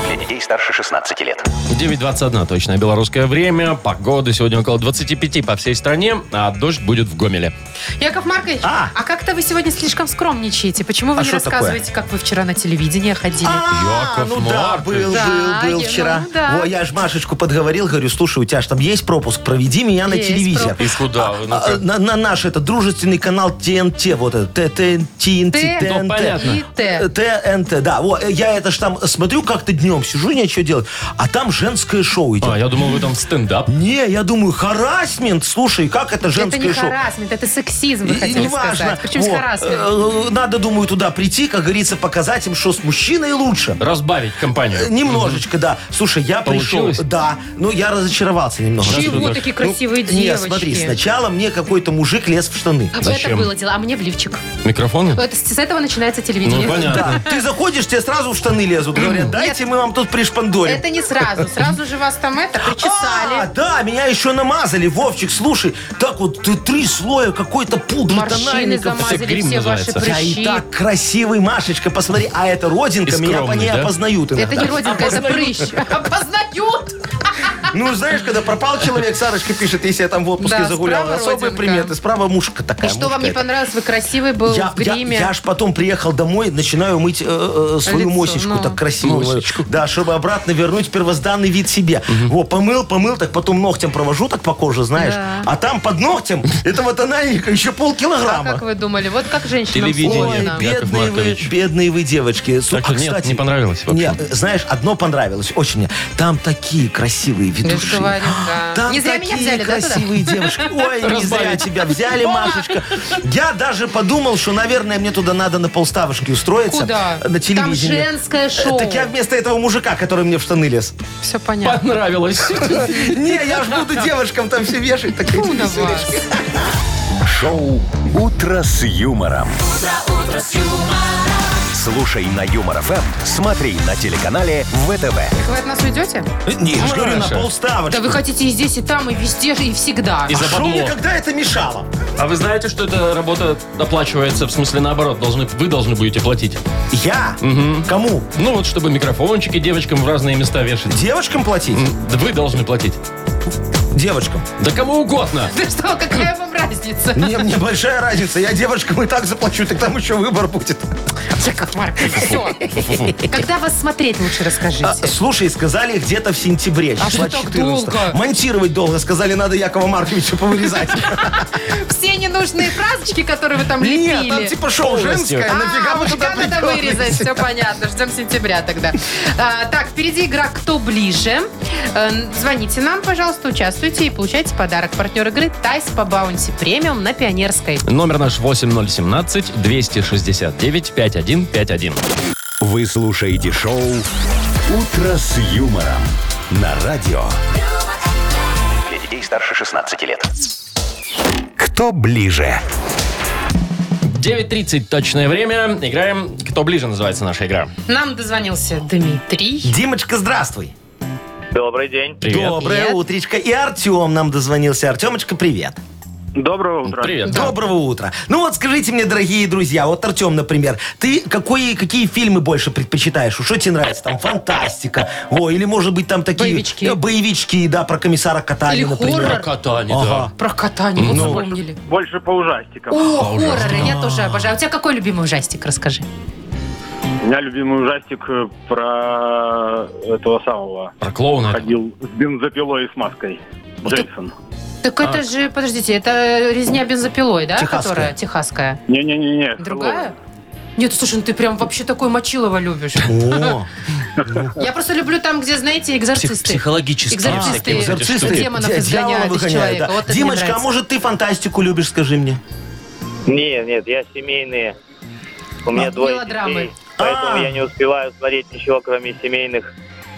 Speaker 5: Для детей старше 16 лет.
Speaker 2: 9.21 точное белорусское время. Погода сегодня около 25 по всей стране, а дождь будет в Гомеле.
Speaker 3: Яков Маркович, а,
Speaker 4: А.
Speaker 3: как-то вы сегодня слишком скромничаете. Почему вы
Speaker 4: А
Speaker 3: не
Speaker 4: что такое?
Speaker 3: рассказываете, как вы вчера на телевидении ходили?
Speaker 4: А,
Speaker 2: Яков
Speaker 4: ну да,
Speaker 2: Маркович.
Speaker 4: был,
Speaker 3: Да,
Speaker 4: был, был
Speaker 3: я-
Speaker 4: вчера.
Speaker 3: ну да.
Speaker 4: Во, я ж Машечку подговорил, говорю, слушай, у тебя же там есть пропуск, проведи меня на
Speaker 3: Есть
Speaker 4: телевизор.
Speaker 2: И куда? Ну,
Speaker 4: А,
Speaker 2: как?
Speaker 4: на, на наш этот дружественный канал ТНТ, вот этот, ТНТ,
Speaker 3: Ну,
Speaker 2: понятно.
Speaker 4: ТНТ.
Speaker 3: И Т.
Speaker 4: ТНТ, да. Во, э, я это ж там смотрю как-то днем, сижу, нечего делать. А там женское шоу идет.
Speaker 2: А, я думал, вы там в стендап.
Speaker 4: Не, я думаю, харасмент, слушай, как это
Speaker 3: Это
Speaker 4: женское
Speaker 3: не
Speaker 4: шоу?
Speaker 3: харассмент, это сексизм, вы
Speaker 4: И-
Speaker 3: хотели
Speaker 4: неважно.
Speaker 3: сказать. Причем
Speaker 4: Во,
Speaker 3: здесь харассмент?
Speaker 4: э, Надо, думаю, туда прийти, как говорится, показать им, что с мужчиной лучше.
Speaker 2: Разбавить компанию.
Speaker 4: Э, Немножечко, да. Слушай, я
Speaker 2: Получилось?
Speaker 4: пришел. Да. Ну, я разочаровался немного.
Speaker 2: ну
Speaker 3: Чего
Speaker 2: так.
Speaker 3: такие красивые
Speaker 4: Не,
Speaker 3: девочки?
Speaker 4: смотри, сначала мне какой-то мужик лез в штаны.
Speaker 3: Это
Speaker 2: Зачем?
Speaker 3: было дело, а мне в лифчик. Ну,
Speaker 2: Микрофоны?
Speaker 3: Это, с с этого начинается телевидение.
Speaker 2: Ну, понятно.
Speaker 4: Да, ты заходишь, тебе сразу в штаны лезут. Говорят, дайте мы вам тут пришпандорим.
Speaker 3: Это не сразу. Сразу же вас там это
Speaker 4: А,
Speaker 3: причесали.
Speaker 4: да, меня еще намазали. Вовчик, слушай, так вот ты три слоя какой-то пудры
Speaker 3: Морщины
Speaker 4: тональников.
Speaker 2: Это
Speaker 3: замазали
Speaker 2: грим
Speaker 3: все ваши
Speaker 2: называется.
Speaker 4: Я А и
Speaker 3: прыщи.
Speaker 4: так красивый, Машечка, посмотри. А эта родинка,
Speaker 2: И
Speaker 4: меня по
Speaker 2: скромный,
Speaker 4: ней
Speaker 2: да?
Speaker 4: опознают иногда.
Speaker 3: Это не родинка, это прыщ. Опознают.
Speaker 4: Ну, знаешь, когда пропал человек, Сарочка пишет, если я там в отпуске
Speaker 3: Да,
Speaker 4: загулял.
Speaker 3: справа
Speaker 4: Особые
Speaker 3: родинка.
Speaker 4: приметы. Справа мушка
Speaker 3: И
Speaker 4: такая.
Speaker 3: что вам
Speaker 4: мушка
Speaker 3: не
Speaker 4: эта.
Speaker 3: понравилось? Вы красивый был
Speaker 4: Я,
Speaker 3: в гриме.
Speaker 4: я, я ж потом приехал домой, начинаю мыть э, э, свою
Speaker 3: Лицо,
Speaker 4: мосечку
Speaker 3: ну.
Speaker 4: так красиво.
Speaker 2: Мосечку.
Speaker 4: Да, чтобы обратно вернуть первозданный вид себе. Во, помыл, помыл, так потом ногтем провожу так по коже, знаешь.
Speaker 3: Да.
Speaker 4: А там под ногтем этого тональника еще
Speaker 3: А
Speaker 4: полкилограмма.
Speaker 3: как вы думали? Вот как женщинам
Speaker 2: Телевидение.
Speaker 3: сложно.
Speaker 2: Яков
Speaker 4: бедные, вы,
Speaker 2: Маркович.
Speaker 4: бедные вы девочки. Су-
Speaker 2: Так что
Speaker 4: а,
Speaker 2: нет,
Speaker 4: кстати,
Speaker 2: не понравилось вообще.
Speaker 4: Нет, э, знаешь, одно понравилось очень мне. Там такие красивые
Speaker 3: Я
Speaker 4: ведущие.
Speaker 3: же говорю, да.
Speaker 4: Там
Speaker 3: Не зря
Speaker 4: такие
Speaker 3: меня взяли, да, туда?
Speaker 4: красивые девушки. Ой, не зря
Speaker 2: Разбавить.
Speaker 4: тебя взяли, Машечка. Я даже подумал, что, наверное, мне туда надо на полставочки устроиться.
Speaker 3: Куда?
Speaker 4: э, На
Speaker 3: Там
Speaker 4: телевидении.
Speaker 3: женское
Speaker 4: Э,
Speaker 3: шоу.
Speaker 4: Так я вместо этого мужика, который мне в штаны лез.
Speaker 3: Все понятно.
Speaker 2: Понравилось.
Speaker 4: Не, я ж буду девушкам там все вешать. Так
Speaker 3: Фу на вас.
Speaker 1: Шоу «Утро с юмором». Слушай на Юмор ФМ, смотри на телеканале ВТВ.
Speaker 3: Вы от нас уйдете?
Speaker 4: Не, я ж говорю, на
Speaker 2: Маша.
Speaker 4: полставочки.
Speaker 3: Да вы хотите и здесь, и там, и везде, же, и всегда.
Speaker 2: И
Speaker 4: А что
Speaker 2: западло.
Speaker 4: мне когда это мешало?
Speaker 2: А вы знаете, что эта работа оплачивается, в смысле наоборот, должны, вы должны будете платить.
Speaker 4: Я? Кому?
Speaker 2: Ну вот, чтобы микрофончики девочкам в разные места вешать.
Speaker 4: Девочкам платить?
Speaker 2: Да Вы должны платить.
Speaker 4: Девочкам.
Speaker 2: Да кому угодно.
Speaker 3: Да что, какая вам разница?
Speaker 4: Мне, мне большая разница. Я девочкам и так заплачу, так там еще выбор будет.
Speaker 3: Яков Маркович, все. Когда вас смотреть лучше
Speaker 4: А,
Speaker 3: расскажите.
Speaker 4: слушай, сказали где-то в сентябре.
Speaker 3: А
Speaker 4: числа
Speaker 3: что так
Speaker 4: 14.
Speaker 3: долго?
Speaker 4: Монтировать долго. Сказали, надо Якова Марковича повырезать.
Speaker 3: Все ненужные фразочки, которые вы там
Speaker 4: Нет, там
Speaker 3: лепили.
Speaker 4: типа шоу
Speaker 2: Полностью.
Speaker 4: женское.
Speaker 3: А,
Speaker 4: Нафига вы туда
Speaker 3: мужика надо
Speaker 4: припёрлись?
Speaker 3: вырезать, все понятно. Ждем сентября тогда. А, так, впереди игра «Кто ближе?». Э, Звоните нам, пожалуйста, участвуйте и получайте подарок. Партнер игры «Тайс по баунти премиум» на Пионерской.
Speaker 2: Номер наш 8017-269-5151.
Speaker 1: Вы слушаете шоу «Утро с юмором» на радио.
Speaker 5: Для детей старше 16 лет.
Speaker 1: Кто ближе?
Speaker 2: 9.30 точное время. Играем «Кто ближе» называется наша игра.
Speaker 3: Нам дозвонился Дмитрий.
Speaker 4: Димочка, здравствуй.
Speaker 10: Добрый день.
Speaker 2: Привет.
Speaker 4: Доброе
Speaker 3: Привет.
Speaker 4: утречко. И Артем нам дозвонился. Артемочка, привет.
Speaker 10: Доброго утра.
Speaker 2: Привет.
Speaker 4: Доброго утра. Ну вот скажите мне, дорогие друзья, вот Артем, например, ты какой, какие фильмы больше предпочитаешь? Что тебе нравится? Там фантастика. Во, или может быть там такие...
Speaker 3: Боевички.
Speaker 4: э, Боевички, да, про комиссара Катани,
Speaker 3: Или
Speaker 4: например.
Speaker 3: хоррор.
Speaker 2: Катание,
Speaker 4: Ага.
Speaker 3: Про котание,
Speaker 4: Ну,
Speaker 3: вот вспомнили.
Speaker 10: Больше по ужастикам.
Speaker 3: О, хорроры, я тоже обожаю. У тебя какой любимый ужастик, расскажи.
Speaker 10: У меня любимый ужастик э, про этого самого.
Speaker 2: Про клоуна.
Speaker 10: Ходил с бензопилой и с маской. Джейсон.
Speaker 3: Так это же, подождите, это резня бензопилой, да?
Speaker 4: Техасская.
Speaker 3: Которая техасская.
Speaker 10: Не-не-не-не.
Speaker 3: Другая? Нет, слушай, ну ты прям вообще такое мочилово любишь.
Speaker 4: О,
Speaker 3: Я просто люблю там, где, знаете, экзорцисты.
Speaker 11: психологические
Speaker 3: Экзорцисты.
Speaker 11: всякие вот эти
Speaker 3: экзорцисты.
Speaker 11: штуки.
Speaker 3: Демонов
Speaker 4: Дя- дьявола
Speaker 3: изгоняют из
Speaker 4: выгоняют,
Speaker 3: человека.
Speaker 4: да.
Speaker 3: Вот это мне
Speaker 4: Димочка, а
Speaker 3: нравится.
Speaker 4: может ты фантастику любишь, скажи мне?
Speaker 12: Нет, нет, я семейные. У меня двое
Speaker 3: мелодрамы.
Speaker 12: детей, поэтому я не успеваю смотреть ничего, кроме семейных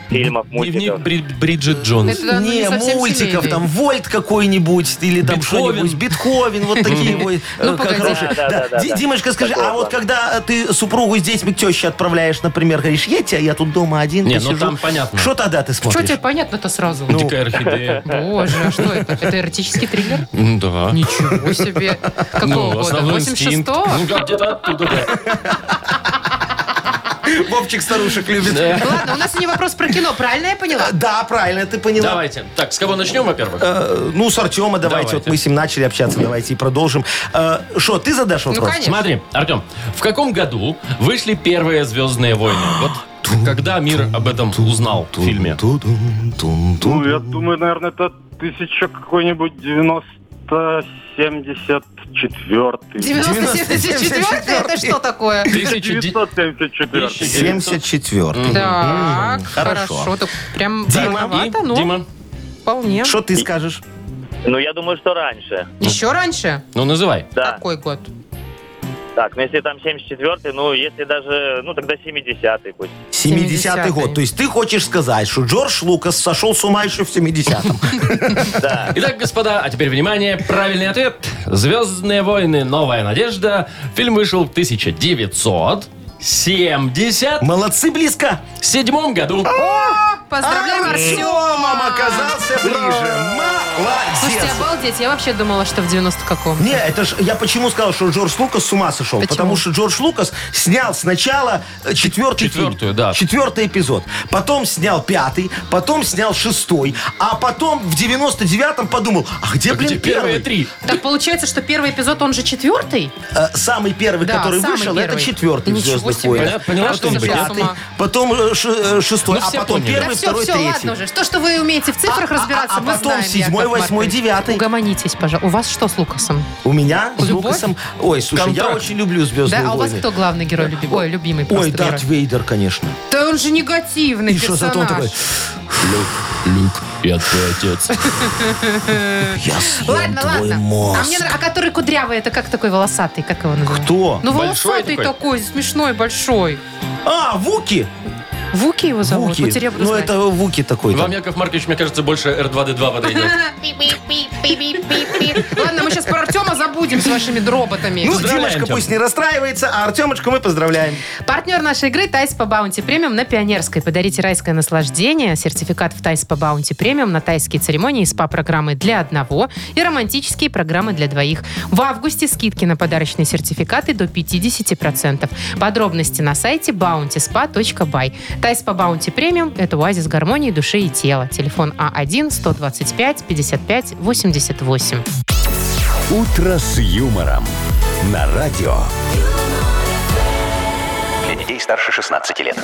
Speaker 12: фильмов, мультиков.
Speaker 2: Бри- Бриджит Джонс.
Speaker 3: Это, ну, не
Speaker 4: не,
Speaker 3: совсем
Speaker 4: мультиков,
Speaker 3: семейный.
Speaker 4: там Вольт какой-нибудь, или там что-нибудь, Бетховен, вот такие вот
Speaker 3: Ну,
Speaker 4: э,
Speaker 3: погоди.
Speaker 4: хорошие.
Speaker 3: Да, да,
Speaker 4: Да.
Speaker 3: да, да,
Speaker 4: Ди-
Speaker 3: да.
Speaker 4: Димочка, скажи,
Speaker 3: Такого
Speaker 4: а вот
Speaker 3: плана.
Speaker 4: когда ты супругу с детьми к теще отправляешь, например, говоришь, я тебя, я тут дома один,
Speaker 2: Не, ну
Speaker 4: посижу.
Speaker 2: там понятно.
Speaker 4: Что тогда ты
Speaker 3: Что
Speaker 4: смотришь?
Speaker 3: тебе понятно-то сразу?
Speaker 4: Ну,
Speaker 2: Дикая орхидея.
Speaker 3: Боже, а что это? Это эротический триллер?
Speaker 2: Ну, Да.
Speaker 3: Ничего себе. Какого
Speaker 2: Ну,
Speaker 3: года?
Speaker 2: основной инстинкт.
Speaker 3: 86-го?
Speaker 2: Ну, как где-то оттуда, да.
Speaker 4: Вовчик старушек любит.
Speaker 2: Э,
Speaker 3: Ладно, у нас сегодня вопрос про кино, правильно я поняла?
Speaker 4: Э, Да, правильно ты поняла.
Speaker 2: Э, Давайте. Так, с кого начнем, во-первых?
Speaker 4: Э, Ну, с Артема давайте.
Speaker 2: Давайте.
Speaker 4: Вот мы с ним начали общаться, давайте и продолжим. Что, ты задашь
Speaker 3: Ну,
Speaker 4: вопрос?
Speaker 2: Смотри, Артем, в каком году вышли первые «Звездные войны»?
Speaker 3: А,
Speaker 2: Вот когда мир об этом узнал в фильме?
Speaker 10: Ну, я думаю, наверное, это тысяча какой-нибудь 90 74
Speaker 3: 97-74 это что такое?
Speaker 10: 1974
Speaker 4: 74
Speaker 3: Так,
Speaker 4: хорошо.
Speaker 3: хорошо. Так прям
Speaker 4: Дима,
Speaker 3: рановато, но вполне.
Speaker 4: Что ты скажешь?
Speaker 12: Ну, я думаю, что раньше.
Speaker 3: Еще раньше?
Speaker 2: Ну, называй.
Speaker 12: Да.
Speaker 3: Какой год?
Speaker 12: Так, ну если там 74-й, ну если даже, ну тогда 70-й пусть.
Speaker 4: 70-й год. То есть ты хочешь сказать, что Джордж Лукас сошел с ума еще в 70-м.
Speaker 2: Итак, господа, а теперь внимание, правильный ответ. «Звездные войны. Новая надежда». Фильм вышел в 1970
Speaker 4: Молодцы, близко.
Speaker 2: седьмом году.
Speaker 3: Поздравляем,
Speaker 4: Артем
Speaker 3: Артема!
Speaker 4: оказался ближе.
Speaker 3: Слушайте,
Speaker 4: Молодец.
Speaker 3: обалдеть, я вообще думала, что в 90 каком.
Speaker 4: Не, это ж я почему сказал, что Джордж Лукас с ума сошел?
Speaker 3: Почему?
Speaker 4: Потому что Джордж Лукас снял сначала э, четвертый фильм.
Speaker 2: Четвертую, да.
Speaker 4: четвертый эпизод, потом снял пятый, потом снял шестой, а потом в 99-м подумал, а где,
Speaker 2: А
Speaker 4: блин,
Speaker 2: где
Speaker 4: первый?
Speaker 2: первые три?
Speaker 3: Так получается, что первый эпизод, он же четвертый?
Speaker 4: Э, Самый первый,
Speaker 3: Да,
Speaker 4: который
Speaker 3: самый
Speaker 4: вышел, это
Speaker 3: первый.
Speaker 4: четвертый в
Speaker 3: Ничего
Speaker 4: «Звездных
Speaker 3: себе.
Speaker 2: Поня-
Speaker 4: войнах».
Speaker 2: поняла
Speaker 4: Потом
Speaker 2: что-нибудь?
Speaker 4: пятый,
Speaker 3: Я с ума.
Speaker 4: потом э, ш- э, шестой,
Speaker 2: Ну,
Speaker 4: а
Speaker 2: все
Speaker 4: потом
Speaker 2: поняли.
Speaker 4: первый,
Speaker 3: да а все,
Speaker 4: второй,
Speaker 3: все, ладно
Speaker 4: третий.
Speaker 3: уже. Что, что вы умеете в цифрах
Speaker 4: А- а-
Speaker 3: разбираться?
Speaker 4: а
Speaker 3: мы
Speaker 4: потом
Speaker 3: знаем,
Speaker 4: седьмой,
Speaker 3: Яков
Speaker 4: восьмой,
Speaker 3: Маркович.
Speaker 4: девятый.
Speaker 3: Угомонитесь, пожалуйста. У вас что с Лукасом?
Speaker 4: У меня с
Speaker 3: Любовь?
Speaker 4: Лукасом... Ой, слушай, я
Speaker 2: Контракт.
Speaker 4: очень люблю
Speaker 3: Да,
Speaker 4: «Звездные
Speaker 3: а у вас
Speaker 4: войны».
Speaker 3: кто главный герой любимый? Ой, любимый просто
Speaker 4: Ой,
Speaker 3: герой.
Speaker 4: Дарт Вейдер, конечно.
Speaker 3: Да он же негативный
Speaker 4: И что
Speaker 3: персонаж.
Speaker 4: зато он такой...
Speaker 2: Люк, я твой отец.
Speaker 4: Я съем
Speaker 3: Ладно,
Speaker 4: твой
Speaker 3: ладно. А,
Speaker 4: мозг.
Speaker 3: мне, нрав- а который кудрявый, это как такой волосатый? Как его называют?
Speaker 4: Кто?
Speaker 3: Ну,
Speaker 2: Большой
Speaker 3: волосатый
Speaker 2: такой?
Speaker 3: такой, смешной, большой.
Speaker 4: А, Вуки!
Speaker 3: Вуки его зовут?
Speaker 4: Вуки.
Speaker 3: Вот теперь я буду
Speaker 4: Ну,
Speaker 3: знать.
Speaker 4: это Вуки такой.
Speaker 2: Вам,
Speaker 4: там.
Speaker 2: Яков Маркович, мне кажется, больше R2-D2 подойдет.
Speaker 3: Ладно, мы сейчас про Артема забудем с вашими дроботами.
Speaker 4: Ну,
Speaker 2: Поздравляем,
Speaker 4: Димочка
Speaker 2: Тём.
Speaker 4: пусть не расстраивается, а Артемочку мы поздравляем.
Speaker 3: Партнер нашей игры Тайс по Баунти Премиум на Пионерской. Подарите райское наслаждение. Сертификат в Тайс по Баунти Премиум на тайские церемонии, СПА-программы для одного и романтические программы для двоих. В августе скидки на подарочные сертификаты до 50%. Подробности на сайте bountyspa.by. Тайс по Баунти Премиум – это оазис гармонии души и тела. Телефон А А1-125-55-88.
Speaker 1: «Утро с юмором» на радио.
Speaker 5: Для детей старше 16 лет.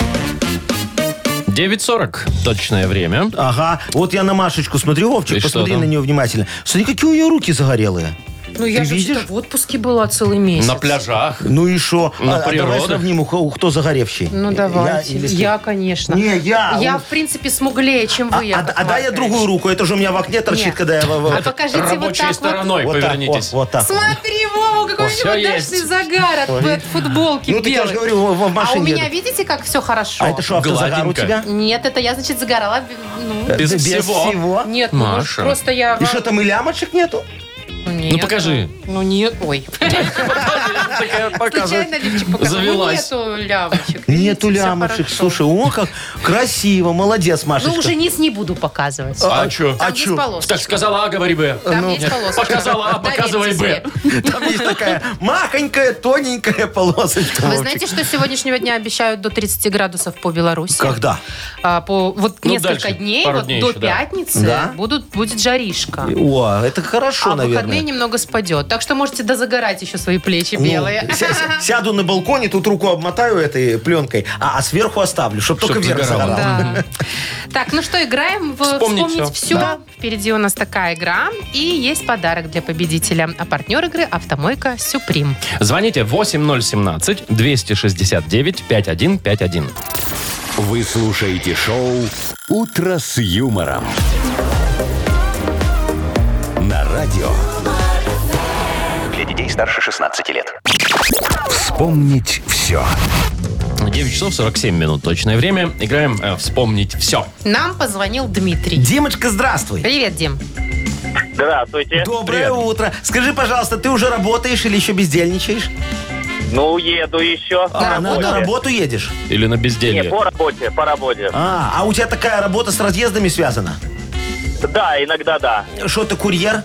Speaker 2: 9.40 точное время.
Speaker 4: Ага, вот я на Машечку смотрю,
Speaker 2: И
Speaker 4: Вовчик,
Speaker 2: что
Speaker 4: посмотри
Speaker 2: там?
Speaker 4: на нее внимательно. Смотри, какие у нее руки загорелые.
Speaker 3: Ну, я
Speaker 4: же видишь? вообще-то
Speaker 3: в отпуске была целый месяц.
Speaker 2: На пляжах.
Speaker 4: Ну и что?
Speaker 2: На
Speaker 4: давай
Speaker 2: природу.
Speaker 4: сравним, у ко- у кто загоревший.
Speaker 3: Ну,
Speaker 4: Я
Speaker 3: давайте.
Speaker 4: или
Speaker 3: Я,
Speaker 4: ты?
Speaker 3: конечно.
Speaker 4: Не, я.
Speaker 3: Я,
Speaker 4: Он-
Speaker 3: в принципе, смуглее, чем
Speaker 4: А,
Speaker 3: вы, Яков
Speaker 4: а- а дай я
Speaker 3: Маркович.
Speaker 4: другую руку, это же у меня в окне торчит,
Speaker 3: Нет.
Speaker 4: когда я... в- в-
Speaker 3: А покажите вот
Speaker 2: Рабочей
Speaker 3: так
Speaker 2: стороной
Speaker 4: вот так,
Speaker 2: повернитесь.
Speaker 4: о, вот так.
Speaker 3: вот. Смотри, Вова, какой у
Speaker 2: Всё
Speaker 3: него
Speaker 2: есть.
Speaker 3: дачный загар от, от футболки
Speaker 4: Ну, так я
Speaker 3: белой.
Speaker 4: же говорю, в- в
Speaker 3: а у
Speaker 4: машине
Speaker 3: меня,
Speaker 4: еду.
Speaker 3: видите, как все хорошо?
Speaker 4: А это что, автозагар у
Speaker 2: Гладенько.
Speaker 4: тебя?
Speaker 3: Нет, это я, значит, загорала. ну,
Speaker 2: Без
Speaker 4: Да
Speaker 2: всего.
Speaker 3: нет, ну, может,
Speaker 2: Маша.
Speaker 3: просто я...
Speaker 4: Э, И что, там и лямочек нету?
Speaker 3: Ну, нет.
Speaker 2: Ну, покажи.
Speaker 3: Ну, нет, ой.
Speaker 2: Такая показывает.
Speaker 3: Случайно лифчик показал. Ну,
Speaker 2: Завелась.
Speaker 3: нету лямочек. видите,
Speaker 4: Нету
Speaker 3: всё
Speaker 4: лямочек.
Speaker 3: хорошо.
Speaker 4: Слушай, о, как красиво. Молодец, Машечка.
Speaker 3: Ну, уже низ не буду показывать.
Speaker 2: А что?
Speaker 3: Там есть
Speaker 4: чё?
Speaker 3: полоски.
Speaker 2: Так сказала А, говори Б.
Speaker 3: Там есть полоски.
Speaker 2: Показала А, показывай Б.
Speaker 3: Доверьтесь мне.
Speaker 4: Там есть такая махонькая, тоненькая полосочка.
Speaker 3: А Вы
Speaker 4: Вовчик.
Speaker 3: знаете, что с сегодняшнего дня обещают до 30 градусов по Беларуси?
Speaker 4: Когда?
Speaker 3: А, по, вот
Speaker 2: Ну,
Speaker 3: несколько
Speaker 2: дальше,
Speaker 3: дней,
Speaker 2: пару
Speaker 3: вот
Speaker 2: дней
Speaker 3: до
Speaker 2: еще, да.
Speaker 3: пятницы
Speaker 4: Да?
Speaker 3: будут, будет жаришка.
Speaker 4: О, это хорошо,
Speaker 3: а в выходные
Speaker 4: наверное.
Speaker 3: немного спадет. Так что можете дозагорать еще свои плечи белые.
Speaker 4: Ну, ся- ся- сяду на балконе, тут руку обмотаю этой пленкой, а, а сверху оставлю, чтобы только вверх
Speaker 2: загорало.
Speaker 4: загорало.
Speaker 3: Да. Так, ну что, играем в
Speaker 2: Вспомнить
Speaker 3: «Вспомнить
Speaker 2: всё».
Speaker 3: все». Впереди у нас такая игра. И есть подарок для победителя. А партнер игры – «Автомойка Сюприм».
Speaker 2: Звоните 8017 269 5151.
Speaker 1: Вы слушаете шоу «Утро с юмором». На радио.
Speaker 5: Для детей старше 16 лет.
Speaker 1: Вспомнить все.
Speaker 2: 9 часов 47 минут точное время. Играем э, «Вспомнить все».
Speaker 3: Нам позвонил Дмитрий.
Speaker 4: Димочка, здравствуй.
Speaker 3: Привет, Дим.
Speaker 12: Здравствуйте.
Speaker 4: Доброе утро. Скажи, пожалуйста, ты уже работаешь или еще бездельничаешь?
Speaker 12: Ну, еду еще.
Speaker 4: А, на, на работу едешь?
Speaker 2: Или на безделье.
Speaker 12: Не, по работе, по работе.
Speaker 4: А, а у тебя такая работа с разъездами связана?
Speaker 12: Да, иногда да.
Speaker 4: Что ты, курьер?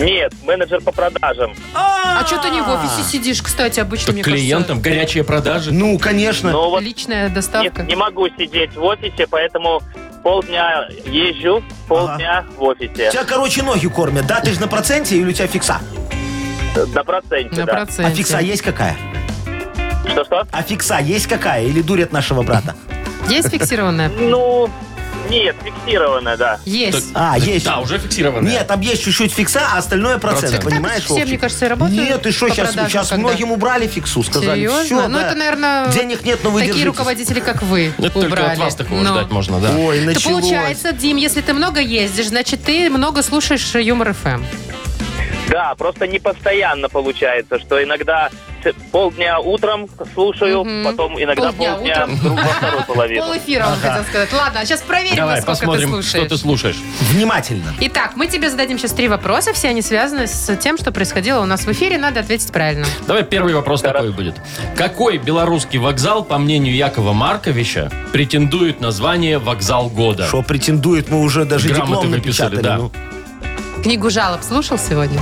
Speaker 12: Нет, менеджер по продажам.
Speaker 3: А что ты не в офисе сидишь, кстати, обычно,
Speaker 2: Так
Speaker 3: мне
Speaker 2: клиентам горячие продажи.
Speaker 4: Ну, конечно.
Speaker 12: Но вот
Speaker 3: кажется? Личная
Speaker 12: не,
Speaker 3: доставка.
Speaker 12: не могу сидеть в офисе, поэтому полдня езжу, полдня в офисе.
Speaker 4: Тебя, короче, ноги кормят, да? Ты же на проценте или у тебя фикса?
Speaker 12: На проценте,
Speaker 3: На
Speaker 12: да.
Speaker 4: А
Speaker 3: проценте.
Speaker 4: фикса есть какая?
Speaker 12: Что-что?
Speaker 4: А фикса есть какая? Или дурят нашего брата?
Speaker 3: Есть фиксированная?
Speaker 12: Ну, нет, фиксированная, да.
Speaker 3: Есть.
Speaker 4: А, есть.
Speaker 2: Да, уже фиксированная.
Speaker 4: Нет, там есть чуть-чуть фикса, а остальное процент,
Speaker 2: Процент.
Speaker 4: понимаешь?
Speaker 3: Так все,
Speaker 4: Вовчик?
Speaker 3: мне кажется, и работают
Speaker 4: Нет, ты что,
Speaker 3: по
Speaker 4: сейчас,
Speaker 3: продажам,
Speaker 4: сейчас
Speaker 3: когда?
Speaker 4: многим убрали фиксу, сказали.
Speaker 3: Серьезно?
Speaker 4: Все,
Speaker 3: ну,
Speaker 4: да.
Speaker 3: это, наверное,
Speaker 4: Денег нет, но вы
Speaker 3: такие
Speaker 4: держитесь.
Speaker 3: руководители, как вы,
Speaker 2: Это только
Speaker 3: убрали.
Speaker 2: от вас такого
Speaker 3: Ну.
Speaker 2: ждать можно, да.
Speaker 4: Ой,
Speaker 3: То
Speaker 4: началось.
Speaker 3: получается, Дим, если ты много ездишь, значит, ты много слушаешь Юмор ФМ.
Speaker 12: Да, просто не постоянно получается, что иногда с- полдня утром слушаю,
Speaker 3: Мгм.
Speaker 12: потом иногда
Speaker 3: Полдня
Speaker 12: полдня, друг- во вторую половину.
Speaker 3: Пол эфира он хотел сказать. Ладно, а сейчас проверим,
Speaker 2: Давай
Speaker 3: насколько
Speaker 2: посмотрим,
Speaker 3: ты слушаешь.
Speaker 2: что ты слушаешь.
Speaker 4: Внимательно.
Speaker 3: Итак, мы тебе зададим сейчас три вопроса. Все они связаны с тем, что происходило у нас в эфире. Надо ответить правильно.
Speaker 2: Давай первый вопрос такой будет. Какой белорусский вокзал, по мнению Якова Марковича, претендует на звание «Вокзал года»?
Speaker 4: Что претендует, мы уже даже
Speaker 2: Грамоты
Speaker 4: диплом
Speaker 2: выписали,
Speaker 4: напечатали.
Speaker 2: да.
Speaker 4: ну.
Speaker 3: Книгу жалоб слушал сегодня?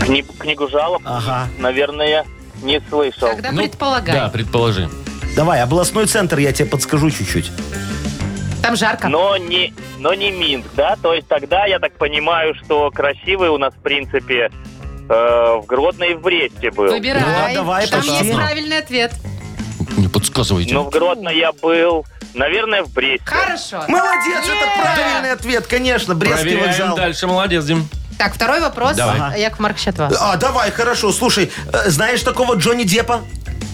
Speaker 12: Кни- книгу жалоб,
Speaker 4: Ага.
Speaker 12: наверное, не слышал.
Speaker 3: Тогда
Speaker 2: Ну,
Speaker 3: предполагай.
Speaker 2: Да, предположи.
Speaker 4: Давай, областной центр я тебе подскажу чуть-чуть.
Speaker 3: Там жарко.
Speaker 12: Но не, но не Минск, да? То есть тогда я так понимаю, что красивый у нас, в принципе, э, в Гродно и в Бресте был.
Speaker 3: Выбирай.
Speaker 4: Ну, а давай,
Speaker 3: Там
Speaker 4: почти.
Speaker 3: есть правильный ответ.
Speaker 2: Не подсказывайте.
Speaker 4: Ну,
Speaker 12: Но в Гродно я был, наверное, в Бресте.
Speaker 3: Хорошо.
Speaker 4: Молодец,
Speaker 3: А, Е-е-е.
Speaker 4: это правильный ответ, конечно, Брестский
Speaker 2: Проверяем
Speaker 4: вокзал.
Speaker 2: дальше. Молодец, Дим.
Speaker 3: Так, второй вопрос.
Speaker 2: Давай.
Speaker 3: Яков Маркович от вас.
Speaker 4: А, давай, хорошо, слушай, э, знаешь такого Джонни Деппа?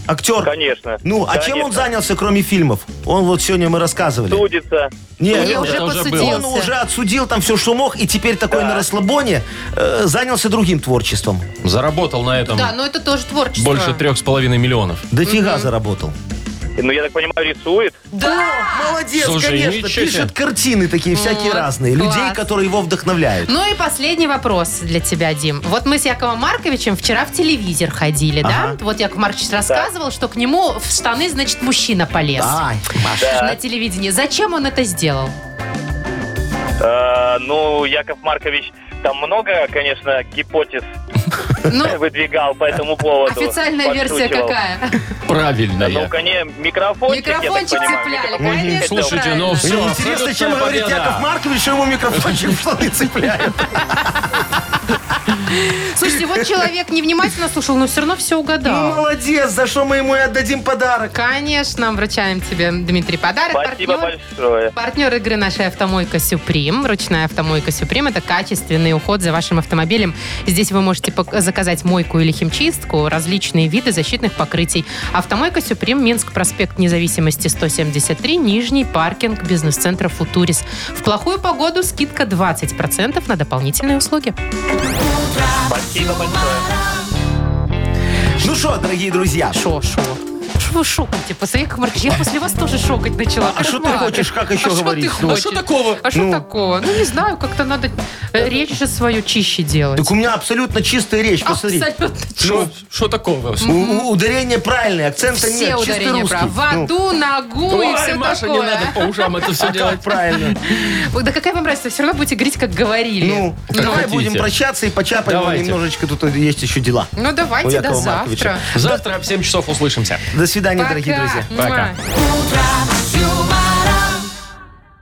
Speaker 4: Актер.
Speaker 12: Конечно.
Speaker 4: Ну, а чем он
Speaker 12: Конечно.
Speaker 4: занялся, кроме фильмов? Он вот сегодня мы рассказывали.
Speaker 12: Судится.
Speaker 4: Не, ну,
Speaker 3: Я
Speaker 4: он-
Speaker 3: уже
Speaker 2: это а, уже
Speaker 3: подсудился.
Speaker 4: он ну, уже отсудил там все, что мог, и теперь такой на расслабоне э, занялся другим творчеством.
Speaker 2: Заработал на этом
Speaker 3: Да, ну, но это тоже творчество.
Speaker 2: больше трех с половиной миллионов.
Speaker 4: Дофига заработал.
Speaker 12: Ну, я так понимаю, рисует.
Speaker 3: Да.
Speaker 4: Молодец,
Speaker 2: Слушай,
Speaker 4: конечно.
Speaker 2: ничего себе.
Speaker 4: Пишет картины такие всякие
Speaker 3: Вот,
Speaker 4: разные. Людей,
Speaker 3: класс.
Speaker 4: которые его вдохновляют.
Speaker 3: Ну и последний вопрос для тебя, Дим. Вот мы с Яковом Марковичем вчера в телевизор ходили, да? Вот Яков Маркович рассказывал, что к нему в штаны, значит, мужчина полез.
Speaker 2: А.
Speaker 4: Ай, Маша.
Speaker 3: На телевидении. Зачем он это сделал?
Speaker 12: Э, ну, Яков Маркович там много, конечно, гипотез
Speaker 3: Ну,
Speaker 12: выдвигал по этому поводу.
Speaker 3: официальная версия
Speaker 12: подшучивал.
Speaker 3: какая?
Speaker 2: Правильно
Speaker 12: Ну, конечно, микрофончик, я так
Speaker 3: Микрофончик
Speaker 12: понимаю,
Speaker 3: цепляли,
Speaker 12: микрофончик.
Speaker 3: конечно,
Speaker 2: Слушайте, ну
Speaker 3: правильно.
Speaker 2: все.
Speaker 4: Мне интересно, чем говорит Яков Маркович, что ему микрофончик в штаны цепляет.
Speaker 3: Слушайте, вот человек невнимательно слушал, но все равно все
Speaker 4: Ну,
Speaker 3: угадал.
Speaker 4: молодец, за что мы ему и отдадим подарок.
Speaker 3: Конечно, вручаем тебе, Дмитрий, подарок.
Speaker 12: Спасибо
Speaker 3: Партнер-
Speaker 12: большое.
Speaker 3: Партнер игры «Наша автомойка Сюприм». Ручная автомойка Сюприм – это качественный уход за вашим автомобилем. Здесь вы можете пок- заказать мойку или химчистку, различные виды защитных покрытий. Автомойка Сюприм, Минск, проспект Независимости 173, Нижний паркинг бизнес-центра «Футурис». В плохую погоду скидка 20% на дополнительные услуги.
Speaker 12: Спасибо большое.
Speaker 4: Ну что, дорогие друзья,
Speaker 3: Шо, шо? Шо вы шокаете? Пацаны, как Марк, я после вас тоже шокать начала.
Speaker 4: А шо ты
Speaker 3: Кошмар.
Speaker 4: хочешь, как еще
Speaker 3: а шо
Speaker 4: говорить?
Speaker 3: ты
Speaker 4: Ну.
Speaker 3: хочешь?
Speaker 2: А шо такого?
Speaker 3: А что
Speaker 4: Ну.
Speaker 3: такого? Ну, не знаю, как-то надо э, речь же свою чище делать.
Speaker 4: так у меня абсолютно чистая
Speaker 3: А,
Speaker 4: речь, ну, посмотри.
Speaker 3: Абсолютно
Speaker 2: Ну, Что такого?
Speaker 3: Ну,
Speaker 4: У- у- Ударение правильное, акцента
Speaker 3: все
Speaker 4: нет, чистый
Speaker 3: ударения
Speaker 4: русский.
Speaker 3: прав. В
Speaker 4: Ну,
Speaker 3: аду, ногу и
Speaker 2: Ой,
Speaker 3: все
Speaker 2: Маша, не
Speaker 3: такое.
Speaker 2: надо по ушам это все делать.
Speaker 4: как правильно.
Speaker 3: Ой, Да какая вам разница? Все равно будете говорить, как говорили.
Speaker 4: Ну, давай
Speaker 2: хотите.
Speaker 4: будем прощаться и почапаем.
Speaker 2: Давайте.
Speaker 4: Немножечко тут есть еще дела.
Speaker 3: Ну,
Speaker 4: У
Speaker 3: давайте до
Speaker 4: Якова
Speaker 3: завтра.
Speaker 4: Марковича.
Speaker 2: Завтра в 7 часов услышимся.
Speaker 4: До свидания, дорогие
Speaker 3: Пока.
Speaker 4: друзья.
Speaker 2: Пока.
Speaker 3: Муа.